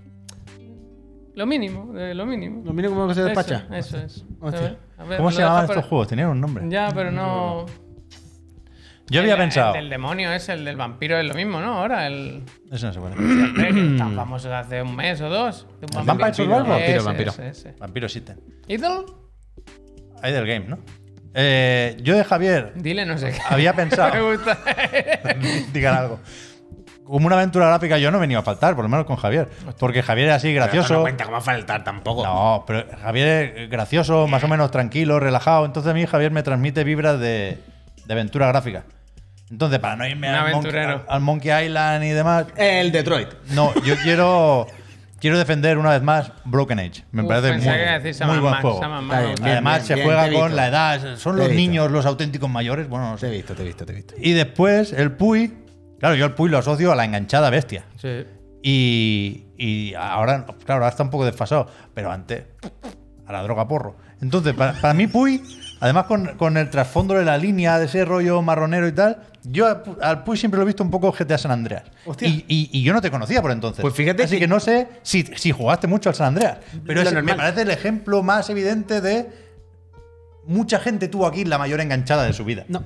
lo mínimo, de lo mínimo. No, mira cómo se Eso, despacha. Eso, es. Hostia. ¿sabes? A ver, ¿Cómo me se lo llamaban dejas estos por- juegos? Tenían un nombre. Ya, pero no. Yo había El- pensado. El del demonio es el del vampiro, es lo mismo, ¿no? Ahora el. Eso no se puede. (clears throat) tan famoso de hace un mes o dos. De un ¿El Vampire Survivor? Vampiro, Ese, vampiro. ese, ese. Vampiro Sitten. ¿Idol? Hay del game, ¿no? Eh, yo de Javier Dile no sé qué. (laughs) había Me pensado. gusta. (laughs) digan algo. Como una aventura gráfica, yo no venía a faltar, por lo menos con Javier. Porque Javier es así, Pero esto gracioso. No cuenta cómo faltar Pues tampoco. No, pero Javier es gracioso, más o menos tranquilo, relajado. Entonces a mí Javier me transmite vibras de, de aventura gráfica. Entonces, para no irme Un al Monkey, aventurero. al Monkey Island y demás, El Detroit. no, yo quiero quiero defender una vez más Broken Age. Me Uf, parece pensé muy, que iba a decir Sam muy and buen Max, juego. Sam and Está Max. bien, Además, bien, se bien, juega te he con visto. la edad. Son Te los he visto. niños los auténticos mayores. Bueno, no Te sé. he visto, te he visto, te he visto. Y después el Puy. Claro, yo el Puy lo asocio a la enganchada bestia. Sí. Y, y ahora, claro, ahora está un poco desfasado, pero antes a la droga porro. Entonces, para, para mí, Puy, además con, con el trasfondo de la línea de ese rollo marronero y tal, yo a Pu- al Puy siempre lo he visto un poco GTA San Andreas. Hostia. Y, y- y yo no te conocía por entonces. Pues fíjate Así que- que, no sé si, si jugaste mucho al San Andreas, pero Lo es- me normal. parece el ejemplo más evidente de mucha gente tuvo aquí la mayor enganchada de su vida. No.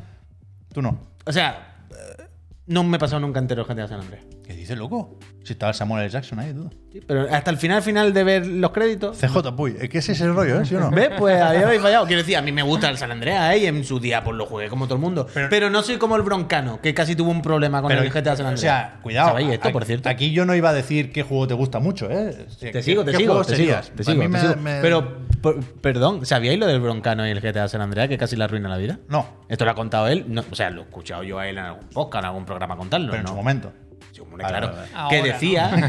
Tú no. O sea, eh, no me he pasado nunca entero gente de San Andrés. ¿Qué dices, loco? Si estaba el Samuel L. Jackson ahí, todo. Sí, Pero hasta el final, final de ver los créditos. CJ, puy. Es que ese es el rollo, ¿eh? ¿Sí o no? ¿Ves? Pues ahí habéis fallado. Quiero decir, a mí me gusta el San Andreas, ¿eh? Y en su día, pues lo jugué como todo el mundo. Pero, no soy como el Broncano, que casi tuvo un problema con el GTA San Andreas. O sea, cuidado. ¿Sabéis esto, aquí- por cierto? Aquí yo no iba a decir qué juego te gusta mucho, ¿eh? O sea, Te ¿qué- sigo, te qué sigo, juegos te sigo, serías? te A sigo, mí te me- sigo. me- Pero, por- perdón, ¿sabíais lo del broncano y el GTA San Andreas que casi le arruina la vida? No, Esto lo ha contado él, no, o sea, lo he escuchado yo a él en algún podcast, en algún programa contarlo, pero en ¿no? su momento. Sí, hombre, Vale, claro. vale, vale. Que Ahora, decía, que La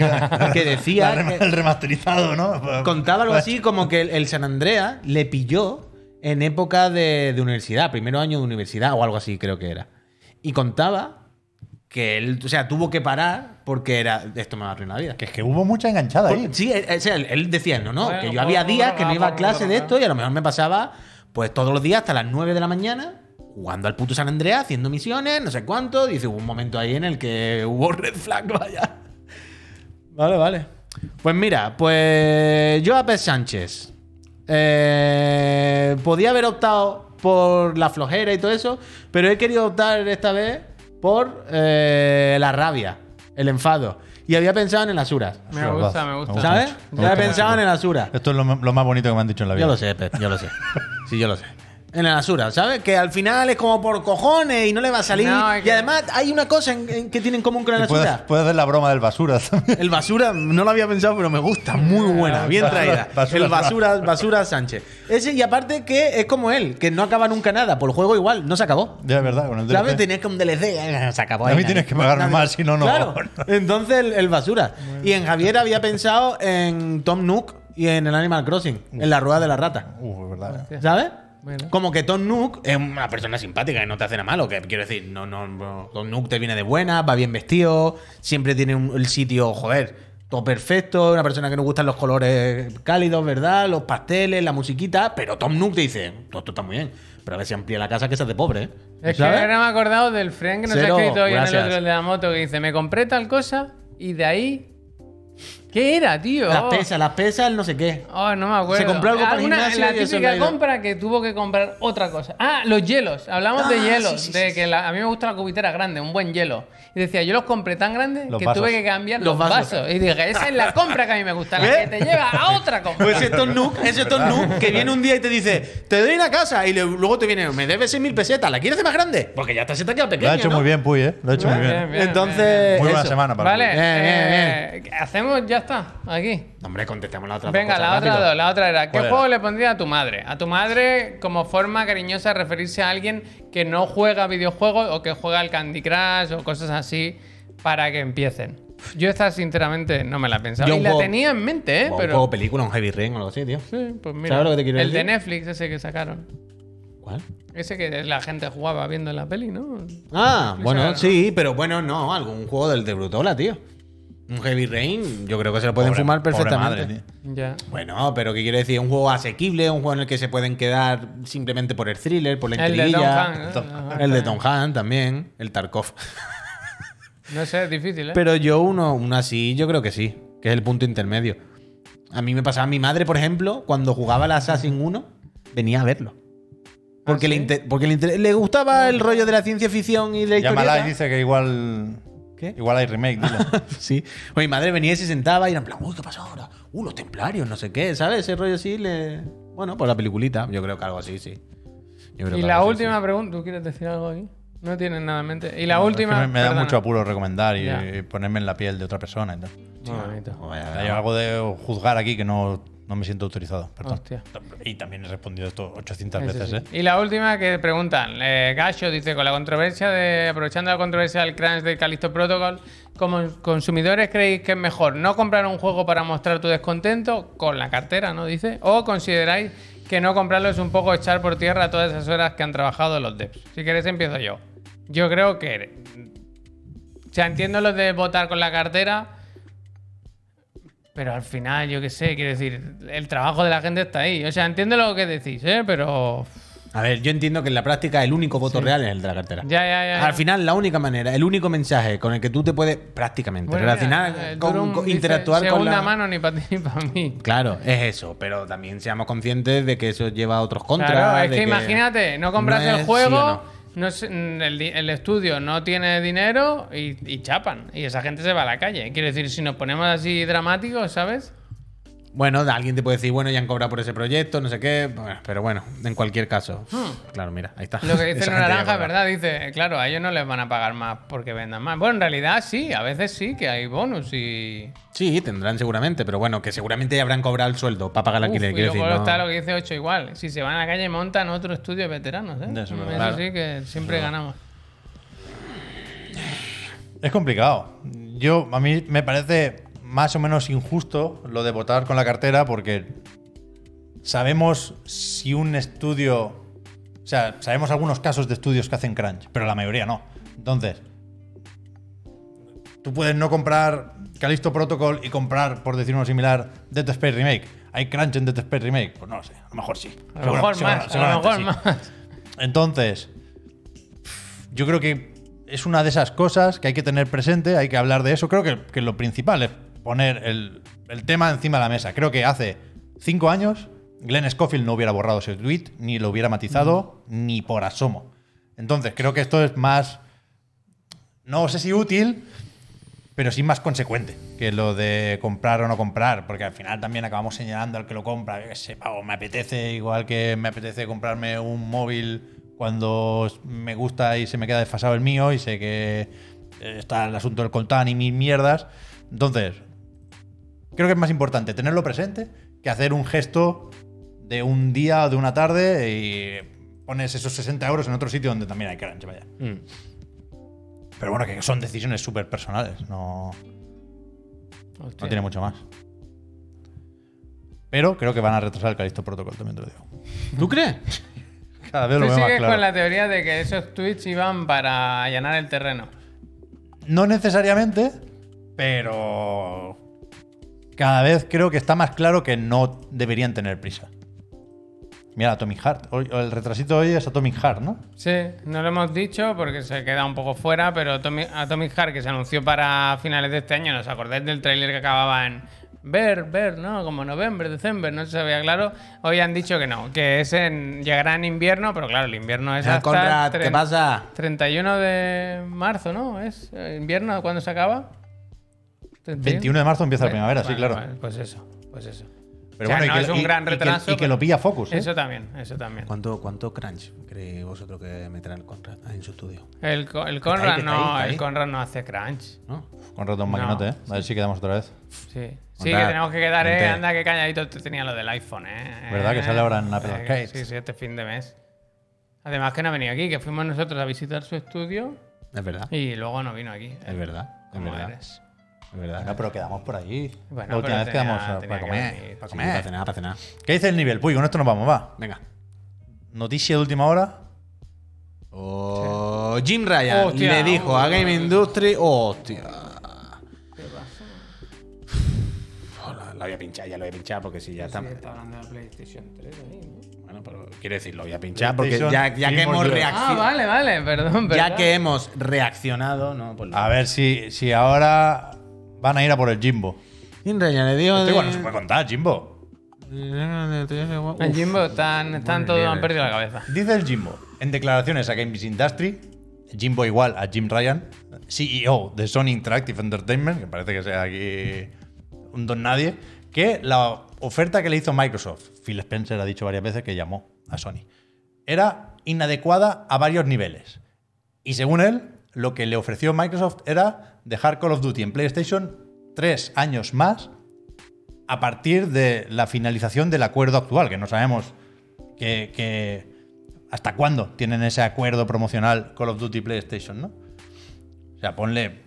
decía, rem- que el remasterizado, (laughs) ¿no? Pues, contaba algo así como que el, el San Andreas le pilló en época de, de universidad, primero año de universidad o algo así creo que era. Y contaba que él, o sea, tuvo que parar porque era, esto me va a arruinar la vida. Que es que hubo mucha enganchada ahí. Por- sí, eh, eh, o sea, él, él decía, no, no, Bueno, que yo por- había por- días que no por- iba pues a por- clase por- de esto y a lo mejor me pasaba pues todos los días hasta las 9 de la mañana jugando al puto San Andreas, haciendo misiones, no sé cuánto. Dice, hubo un momento ahí en el que hubo (laughs) red flag, vaya. Vale, vale. Pues mira, pues yo Pérez Sánchez. eh, podía haber optado por la flojera y todo eso, pero he querido optar esta vez por eh, la rabia, el enfado. Y había pensado en el Asuras. Me gusta, me gusta. ¿Sabes? mucho. Me Ya he gusta pensado en mucho. el Asura. Esto es lo, lo más bonito que me han dicho en la vida. Yo lo sé, Pep, yo lo sé. (laughs) Sí, yo lo sé. En el Asura, ¿sabes? Que al final es como por cojones y no le va a salir. No, es Y que- además hay una cosa en- en que tienen en común con el Y Puedes, Asura. puedes hacer la broma del basura (laughs) también. El basura no lo había pensado, pero me gusta. Muy (laughs) buena, bien Basura, traída. basura, el basura, basura Sánchez. Ese, y aparte que es como él, que no acaba nunca nada. Por el juego igual, no se acabó. Ya, es verdad, con el Claro, DLC. tenías que un DLC, eh, se acabó. A ahí, mí nadie. tienes que pagarme Nadie- más, si no, no. Claro. Entonces el, el basura. Y en Javier había pensado en Tom Nook y en el Animal Crossing, en la rueda de la rata. Uf, es verdad. ¿Sabes? Bueno. Como que Tom Nook es una persona simpática que no te hace nada malo. Que quiero decir, no, no, no, Tom Nook te viene de buena, va bien vestido, siempre tiene un- el sitio, joder, todo perfecto. Una persona que no gustan los colores cálidos, ¿verdad? Los pasteles, la musiquita. Pero Tom Nook te dice, todo esto está muy bien. Pero a ver si amplía la casa que seas de pobre, ¿eh? Es que ¿Sabes? ahora me he acordado del friend que nos Cero, ha escrito hoy en gracias. el otro el de la moto que dice, me compré tal cosa y de ahí... ¿Qué era, tío? Las Oh. pesas, las pesas, el no sé qué. Oh, no me acuerdo. Se compró algo para el Alguna- gimnasio La y eso típica le ha ido. compra que tuvo que comprar otra cosa. Ah, los hielos. Hablamos Ah, de hielos. sí, sí, de sí, que la- a mí me gusta la cubitera grande, un buen hielo. Y decía, yo los compré tan grandes Los que vasos. tuve que cambiar los, Los vasos. vasos. Y dije, esa es la compra que a mí me gusta, la ¿Eh? que te lleva a otra compra. Pues ese Tom Nook, ese Tom Nook que viene un día y te dice, te doy una casa y le- luego te viene, me debes 6.000 pesetas, ¿la quieres hacer más grande? Porque ya esta se te ha quedado Lo pequeña, ha hecho ¿no? muy bien, Puy, ¿eh? Lo ha hecho muy Bien, bien. bien, Entonces, Muy buena eso. semana para vale, Puy. eh, hacemos, ya está, aquí. Hombre, contestemos la otra. Venga, cosa la otra, rápido. dos, la otra era, ¿qué ¿Cuál era? juego le pondría a tu madre? A tu madre como forma cariñosa de referirse a alguien que no juega videojuegos o que juega al Candy Crush o cosas así para que empiecen. Uf, Yo esta sinceramente no me la pensaba. Yo y un la juego- tenía en mente, ¿eh? O un Pero... juego película, un Heavy Rain o algo así, tío. Sí, pues mira. ¿Sabes lo que te quiero el de decir? Netflix, ese que sacaron. ¿Cuál? Ese que la gente jugaba viendo en la peli, ¿no? Ah, Netflix bueno, era, ¿no? sí, pero bueno, no, algún juego del de Brutola, tío. Un Heavy Rain, yo creo que se lo pueden Pobre- fumar pobre perfectamente. madre, tío. Ya. bueno, pero ¿qué quiero decir? Un juego asequible, un juego en el que se pueden quedar simplemente por el thriller, por la El de Tom intriguilla. Hanks, ¿eh? El de Tom Hanks también, el Tarkov. No sé, es difícil, ¿eh? Pero yo uno, uno así, yo creo que sí, que es el punto intermedio. A mí me pasaba, mi madre, por ejemplo, cuando jugaba al Assassin 1, venía a verlo. Porque, ¿Ah, le, sí? inte- porque le, inter- le gustaba el rollo de la ciencia ficción y la Llámala historia. y dice que igual. ¿Qué? Igual hay remake, dile. (laughs) Sí. Pues mi madre venía y se sentaba y era en plan, uy, ¿qué pasa ahora? Uh, los templarios, no sé qué, ¿sabes? Ese rollo así le. Bueno, por la peliculita, yo creo que algo así, sí. Yo creo y que la algo así, última pregunta, ¿tú quieres decir algo aquí? No tienes nada en mente. Y la Es que última... me, me da perdona. mucho apuro recomendar y, Ya. y ponerme en la piel de otra persona y tal. Sí, bonito. sí. Vaya, Hay algo de juzgar aquí que no, no me siento autorizado, perdón. Hostia. Y también he respondido esto 800 Eso veces, sí. ¿eh? Y la última que preguntan, eh, Gacho dice, con la controversia de, aprovechando la controversia del crunch de Callisto Protocol, como consumidores creéis que es mejor no comprar un juego para mostrar tu descontento con la cartera, ¿no? Dice, o consideráis que no comprarlo es un poco echar por tierra todas esas horas que han trabajado los devs. Si queréis empiezo yo. Yo creo que... O sea, entiendo lo de votar con la cartera. Pero al final, yo qué sé, quiero decir, el trabajo de la gente está ahí. O sea, entiendo lo que decís, ¿eh? Pero A ver, yo entiendo que en la práctica el único voto real es el de la cartera. Ya, ya, ya. Al final, la única manera, el único mensaje con el que tú te puedes prácticamente Bueno, relacionar, mira, el con- Durum con- dice, interactuar con segunda la mano ni para ti ni para mí. Claro, es eso, pero también seamos conscientes de que eso lleva a otros contras. Claro, es de que, imagínate, no compras no es el sí o juego, no. no sé, mm, el, di- el estudio no tiene dinero y, y chapan. Y esa gente se va a la calle. Quiero decir, si nos ponemos así dramáticos, ¿sabes? Bueno, alguien te puede decir, bueno, ya han cobrado por ese proyecto, no sé qué. bueno, Pero bueno, en cualquier caso. Claro, mira, ahí está. Hmm. (laughs) Lo que dice Esa el gente ya naranja, cobra. ¿verdad? Dice, eh, claro, a ellos no les van a pagar más porque vendan más. Bueno, en realidad sí, a veces sí que hay bonus y. Sí, tendrán seguramente, pero bueno, que seguramente ya habrán cobrado el sueldo para pagar el Uf, alquiler. y quiero luego decir, no- está lo que dice 8 igual. Si se van a la calle montan otro estudio de veteranos, ¿eh? De eso, Eso claro. sí que siempre ganamos. Es complicado. Yo, a mí me parece más o menos injusto lo de votar con la cartera porque sabemos si un estudio. O sea, sabemos algunos casos de estudios que hacen crunch, pero la mayoría no. Entonces, tú puedes no comprar Callisto Protocol y comprar, por decir uno similar, Dead Space Remake. ¿Hay crunch en Dead Space Remake? Pues no lo sé, a lo mejor sí. A lo mejor Segura- más, a lo seguramente mejor sí. más. Entonces, yo creo que es una de esas cosas que hay que tener presente, hay que hablar de eso. Creo que, que lo principal es poner el, el tema encima de la mesa. Creo que hace cinco años Glenn Scofield no hubiera borrado ese tweet, ni lo hubiera matizado, ni por asomo. Entonces, creo que esto es más, no sé si útil, pero sí más consecuente que lo de comprar o no comprar, porque al final también acabamos señalando al que lo compra, yo que sé, pavo, me apetece, igual que me apetece comprarme un móvil cuando me gusta y se me queda desfasado el mío y sé que eh, está el asunto del coltán y mis mierdas. Entonces, creo que es más importante tenerlo presente que hacer un gesto de un día o de una tarde y pones esos 60 euros en otro sitio donde también hay crunch, vaya. Mm. Pero bueno, que son decisiones súper personales, no... No Hostia. tiene mucho más. Pero creo que van a retrasar el Calisto Protocol, también te lo digo. ¿Tú crees? (laughs) (laughs) Cada vez Tú lo veo más sigues claro. con la teoría de que esos tweets iban para allanar el terreno. No necesariamente, pero cada vez creo que está más claro que no deberían tener prisa. Mira, Atomic Heart. Hoy- el retrasito hoy es Atomic Heart, ¿no? Sí, no lo hemos dicho porque se queda un poco fuera, pero Atomic, Atomic Heart, que se anunció para finales de este año, ¿nos acordáis del tráiler que acababa en ver, ver, ¿no? Como noviembre, diciembre, no se sabía claro. Hoy han dicho que no, que es en, llegará en invierno, pero claro, el invierno es Ah, hasta Conrad, tre- ¿qué pasa? 31 de marzo, ¿no? ¿Es eh, invierno cuando se acaba? 31. 21 de marzo empieza la primavera, sí, Vale, claro. vale, pues eso, pues eso. Pero O sea, bueno, y no que, es un y- gran y que- retraso, Y que, pero- lo pilla Focus. ¿eh? Eso también, eso también. ¿Cuánto, ¿Cuánto crunch cree vosotros que meterá el Conrad en su estudio? El, co- el ahí, Conrad que está no, ahí, está ahí. el Conrad no hace crunch. ¿No? Con ratón maquinote, ¿eh? A ver si quedamos otra vez. Sí, sí que Conrad, tenemos que quedar, eh. vente. Anda, que calladito te tenía lo del iPhone, eh. ¿Verdad que sale ahora en Apple Eh, Arcade? Sí, sí, este fin de mes. Además que no ha venido aquí, que fuimos nosotros a visitar su estudio Es verdad. y luego no vino aquí. Es verdad. Es ¿Cómo verdad. eres? Es verdad. Bueno, pero quedamos por allí. Bueno, la última pero vez tenía- quedamos a- tenía para que comer. venir. para para comer. comer. para cenar, para cenar. ¿Qué dice el nivel? Puy, con esto nos vamos, va. Venga. Noticia de última hora. Oh, Jim Ryan Hostia. le dijo a Game Industry. Hostia. Oh, la- La voy a pinchar, ya lo voy a pinchar porque si ya está. hablando de PlayStation 3 ahí, ¿no? Bueno, pero quiero decir, lo voy a pinchar porque PlayStation ya, ya que Game hemos Boy. Ah, reaccionado. vale, vale, perdón, perdón. Ya que hemos reaccionado, no, pues lo- A ver si, si ahora van a ir a por el Jimbo. Jim Ryan le dijo. Esto de- Este igual no se puede contar, Jimbo. En Jimbo están, están todos, han perdido la cabeza. Dice el Jimbo en declaraciones a Games Industry, Jimbo igual a Jim Ryan, CEO de Sony Interactive Entertainment, que parece que sea aquí un don nadie, que la oferta que le hizo Microsoft, Phil Spencer ha dicho varias veces que llamó a Sony, era inadecuada a varios niveles. Y según él, lo que le ofreció Microsoft era dejar Call of Duty en PlayStation tres años más a partir de la finalización del acuerdo actual, que no sabemos que, que- hasta cuándo tienen ese acuerdo promocional Call of Duty PlayStation, ¿no? O sea, ponle,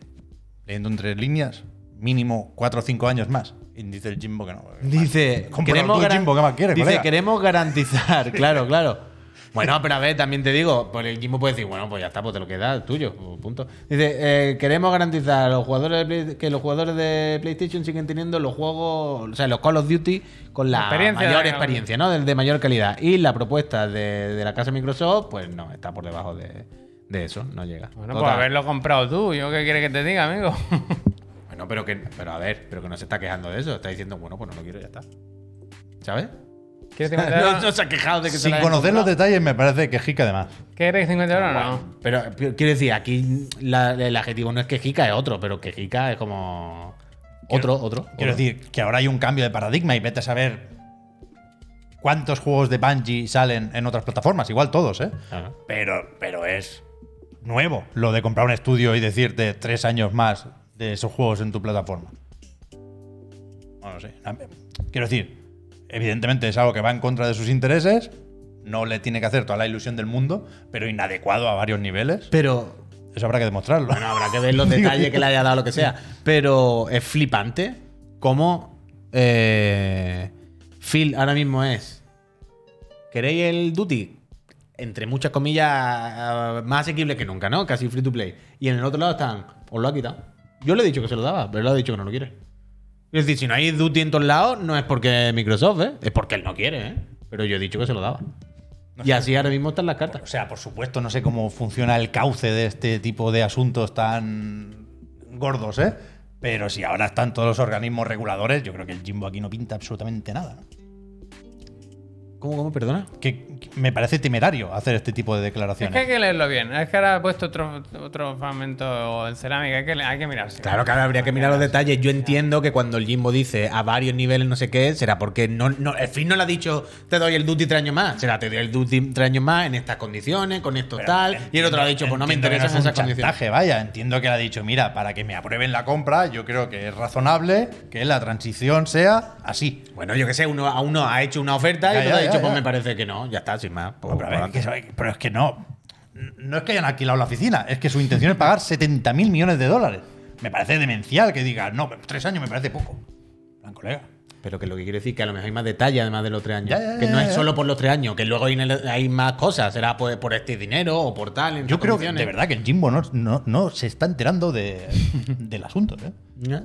leyendo entre líneas, mínimo cuatro o cinco años más. Y dice el Jimbo que no. Dice, Cómpralo tú, garan- Jimbo, ¿qué más quieres, dice, colega? queremos garantizar, (laughs) claro, claro. Bueno, pero a ver, también te digo, por el Jimbo puede decir, bueno, pues ya está, pues te lo queda, el tuyo, punto. Dice, eh, queremos garantizar a los jugadores de Play- que los jugadores de PlayStation siguen teniendo los juegos, o sea, los Call of Duty con la Experiencia, mayor digamos. experiencia, ¿no? Del de mayor calidad. Y la propuesta de, de la casa Microsoft, pues no, está por debajo de, de eso, no llega. Bueno, Total. pues haberlo comprado tú, ¿yo qué quieres que te diga, amigo? Bueno, pero que, pero a ver, pero que no se está quejando de eso, está diciendo, bueno, pues no lo quiero, ya está. ¿Sabes? ¿Quieres 50 (laughs) euros? No, no se ha quejado de que se Sin la- conocer los No. detalles, me parece que jica además. ¿Quieres 50 euros o Ah, no? Pero pero, quiero decir, aquí la- el adjetivo no es quejica, es otro, pero quejica es como. Otro, otro. Quiero otro. decir que ahora hay un cambio de paradigma y vete a saber cuántos juegos de Bungie salen en otras plataformas. Igual todos, ¿eh? Claro. Pero, pero es nuevo lo de comprar un estudio y decirte tres años más de esos juegos en tu plataforma. No lo sé. Quiero decir, evidentemente es algo que va en contra de sus intereses. No le tiene que hacer toda la ilusión del mundo, pero inadecuado a varios niveles. Pero Eso habrá que demostrarlo. Bueno, habrá que ver los detalles que le haya dado lo que sea. Pero es flipante cómo eh, Phil ahora mismo es. ¿Queréis el Duty? Entre muchas comillas, más asequible que nunca, ¿no? Casi free to play. Y en el otro lado están, os lo ha quitado. Yo le he dicho que se lo daba, pero él ha dicho que no lo quiere. Es decir, si no hay Duty en todos lados, no es porque Microsoft, ¿eh? Es porque él no quiere, ¿eh? Pero yo he dicho que se lo daba. Y así ahora mismo están las cartas. O sea, por supuesto, no sé cómo funciona el cauce de este tipo de asuntos tan gordos, ¿eh? Pero si ahora están todos los organismos reguladores, yo creo que el Jimbo aquí no pinta absolutamente nada. ¿no? ¿Cómo, cómo, perdona? Que, que me parece temerario hacer este tipo de Es declaraciones. que hay que leerlo bien. Es que ahora he puesto otro, otro fragmento en cerámica. Hay que, le- hay que mirarse. Claro, claro, habría que mirar los detalles. Yo entiendo que cuando el Jimbo dice a varios niveles no sé qué, será porque no, no, el fin no le ha dicho te doy el duty tres años más. Será te doy el duty tres años más en estas condiciones, con esto tal. y el otro le ha dicho, pues no me Entiendo que interesan es un esas condiciones. chantaje, vaya, entiendo que le ha dicho, mira, para que me aprueben la compra, yo creo que es razonable que la transición sea así. Bueno, yo qué sé, uno, a uno ha hecho una oferta y Ya, otro ya, ha dicho, ya, pues ya. me parece que no, ya está, sin más. Pues, Pero, a ver, adelante. que se- pero es que no. No es que hayan alquilado la oficina, es que su intención es pagar 70 mil millones de dólares. Me parece demencial que diga, no, tres años me parece poco. En plan, colega. Pero que lo que quiere decir que a lo mejor hay más detalle además de los tres años. Ya, ya, que ya, no ya, es ya. solo por los tres años, que luego hay, hay más cosas. Será pues, por este dinero o por tal. en Yo estas creo que condiciones. de verdad que el Jimbo no, no- no se está enterando de- del asunto, ¿eh? ¿Ya?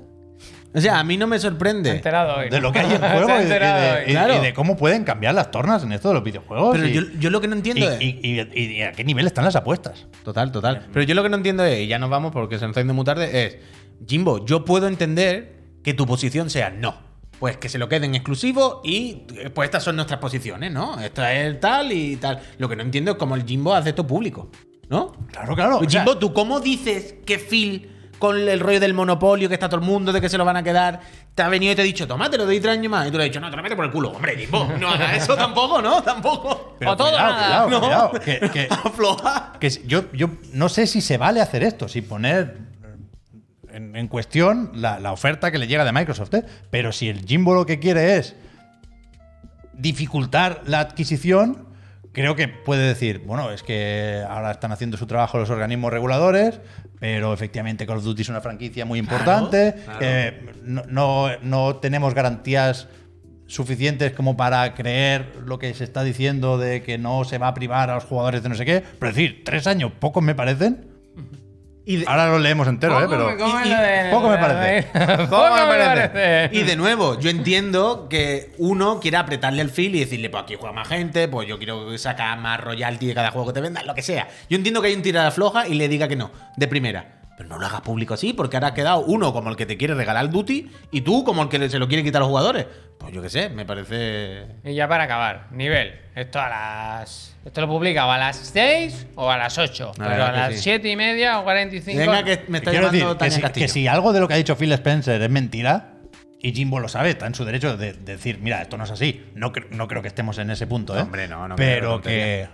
O sea, a mí no me Se sorprende. ha enterado hoy. De lo (laughs) que hay en Se ha juego y, y de, enterado y- hoy. Claro. y de cómo pueden cambiar las tornas en esto de los videojuegos. Pero y, yo, yo lo que no y- entiendo eh. es. y- y- y- y a qué nivel están las apuestas. Total, total. Pero yo lo que no entiendo es, y ya nos vamos porque se nos está yendo muy tarde, es, Jimbo, yo puedo entender que tu posición sea no. Pues que se lo queden exclusivo y eh, pues estas son nuestras posiciones, ¿no? Esto es tal y tal. Lo que no entiendo es cómo el Jimbo hace esto público, ¿no? Claro, claro. o sea, Pues Jimbo, ¿tú cómo dices que Phil, con el rollo del monopolio que está todo el mundo, de que se lo van a quedar, te ha venido y te ha dicho, toma, te lo doy tres años más? Y tú le has dicho, no, te lo metes por el culo. Hombre, Jimbo, no hagas eso tampoco, ¿no? Tampoco. pero o todo o cuidado, nada. cuidado, No. (laughs) cuidado, que- que- Afloja. que si- yo, yo no sé si se vale hacer esto, si poner eh, en, en cuestión la, la oferta que le llega de Microsoft, ¿eh? pero si el Jimbo lo que quiere es dificultar la adquisición, creo que puede decir, bueno, es que ahora están haciendo su trabajo los organismos reguladores, pero efectivamente Call of Duty es una franquicia muy importante, claro. eh, no, no, no tenemos garantías suficientes como para creer lo que se está diciendo de que no se va a privar a los jugadores de no sé qué, pero es decir, tres años, pocos me parecen. Y de- Ahora lo leemos entero, ¿eh? Poco Pero me come y- lo de- poco me (laughs) parece. (laughs) Poco me parece. Y de nuevo, yo entiendo que uno quiera apretarle al fil y decirle, pues aquí juega más gente, pues yo quiero sacar más royalty de cada juego que te venda, lo que sea. Yo entiendo que hay un tirada floja y le diga que no, de primera. Pero no lo hagas público así, porque ahora has quedado uno como el que te quiere regalar el duty y tú como el que se lo quiere quitar a los jugadores. Pues yo qué sé, me parece. Y ya para acabar, nivel. Esto a las. Esto lo publica o a las 6 o a las 8. La pero verdad a que las sí. 7 y media o 45. Venga, que me está Quiero llamando decir que Tania si, Castillo. que si algo de lo que ha dicho Phil Spencer es mentira, y Jimbo lo sabe, está en su derecho de, de decir, mira, esto no es así. No, cre- no creo que estemos en ese punto, ¿eh? Hombre, no, no creo Pero que,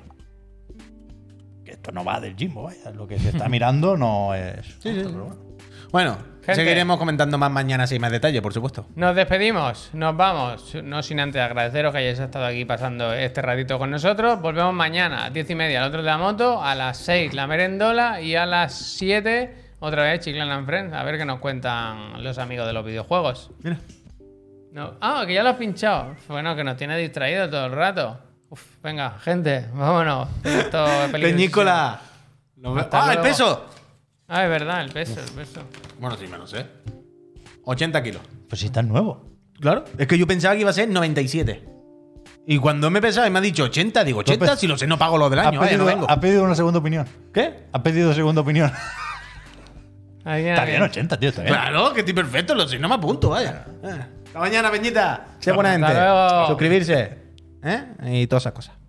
que esto no va del Jimbo, vaya. Lo que (laughs) se está mirando no es. esto, pero bueno. Bueno, Gente. seguiremos comentando más mañana si hay más detalle, por supuesto. Nos despedimos, nos vamos. No sin antes agradeceros que hayáis estado aquí pasando este ratito con nosotros. Volvemos mañana a 10 y media, al otro de la moto, a las 6 la merendola y a las 7 otra vez Chiclan and Friends. A ver qué nos cuentan los amigos de los videojuegos. Mira. No. Ah, que ya lo has pinchado. Bueno, que nos tiene distraído todo el rato. Uf, venga, gente, vámonos. Esto (laughs) es peligrosísimo. Peñícola. Nos ve- Hasta ¡Ah, el luego. peso! Ah, es verdad, el peso, el peso. Bueno, sí, menos, ¿eh? 80 kilos. Pues si está nuevo. Claro. Es que yo pensaba que iba a ser 97. Y cuando me pensaba y me ha dicho 80, digo, 80, Entonces, si lo sé, no pago lo del año, ha, vaya, pedido, no vengo. ha pedido una segunda opinión. ¿Qué? Ha pedido segunda opinión. Ahí viene está aquí. bien, 80, tío, está bien. Claro, que estoy perfecto, lo sé, no me apunto, vaya. Ah. Hasta mañana, Peñita. Sé buena Hasta gente. luego. Suscribirse. ¿eh? Y todas esas cosas.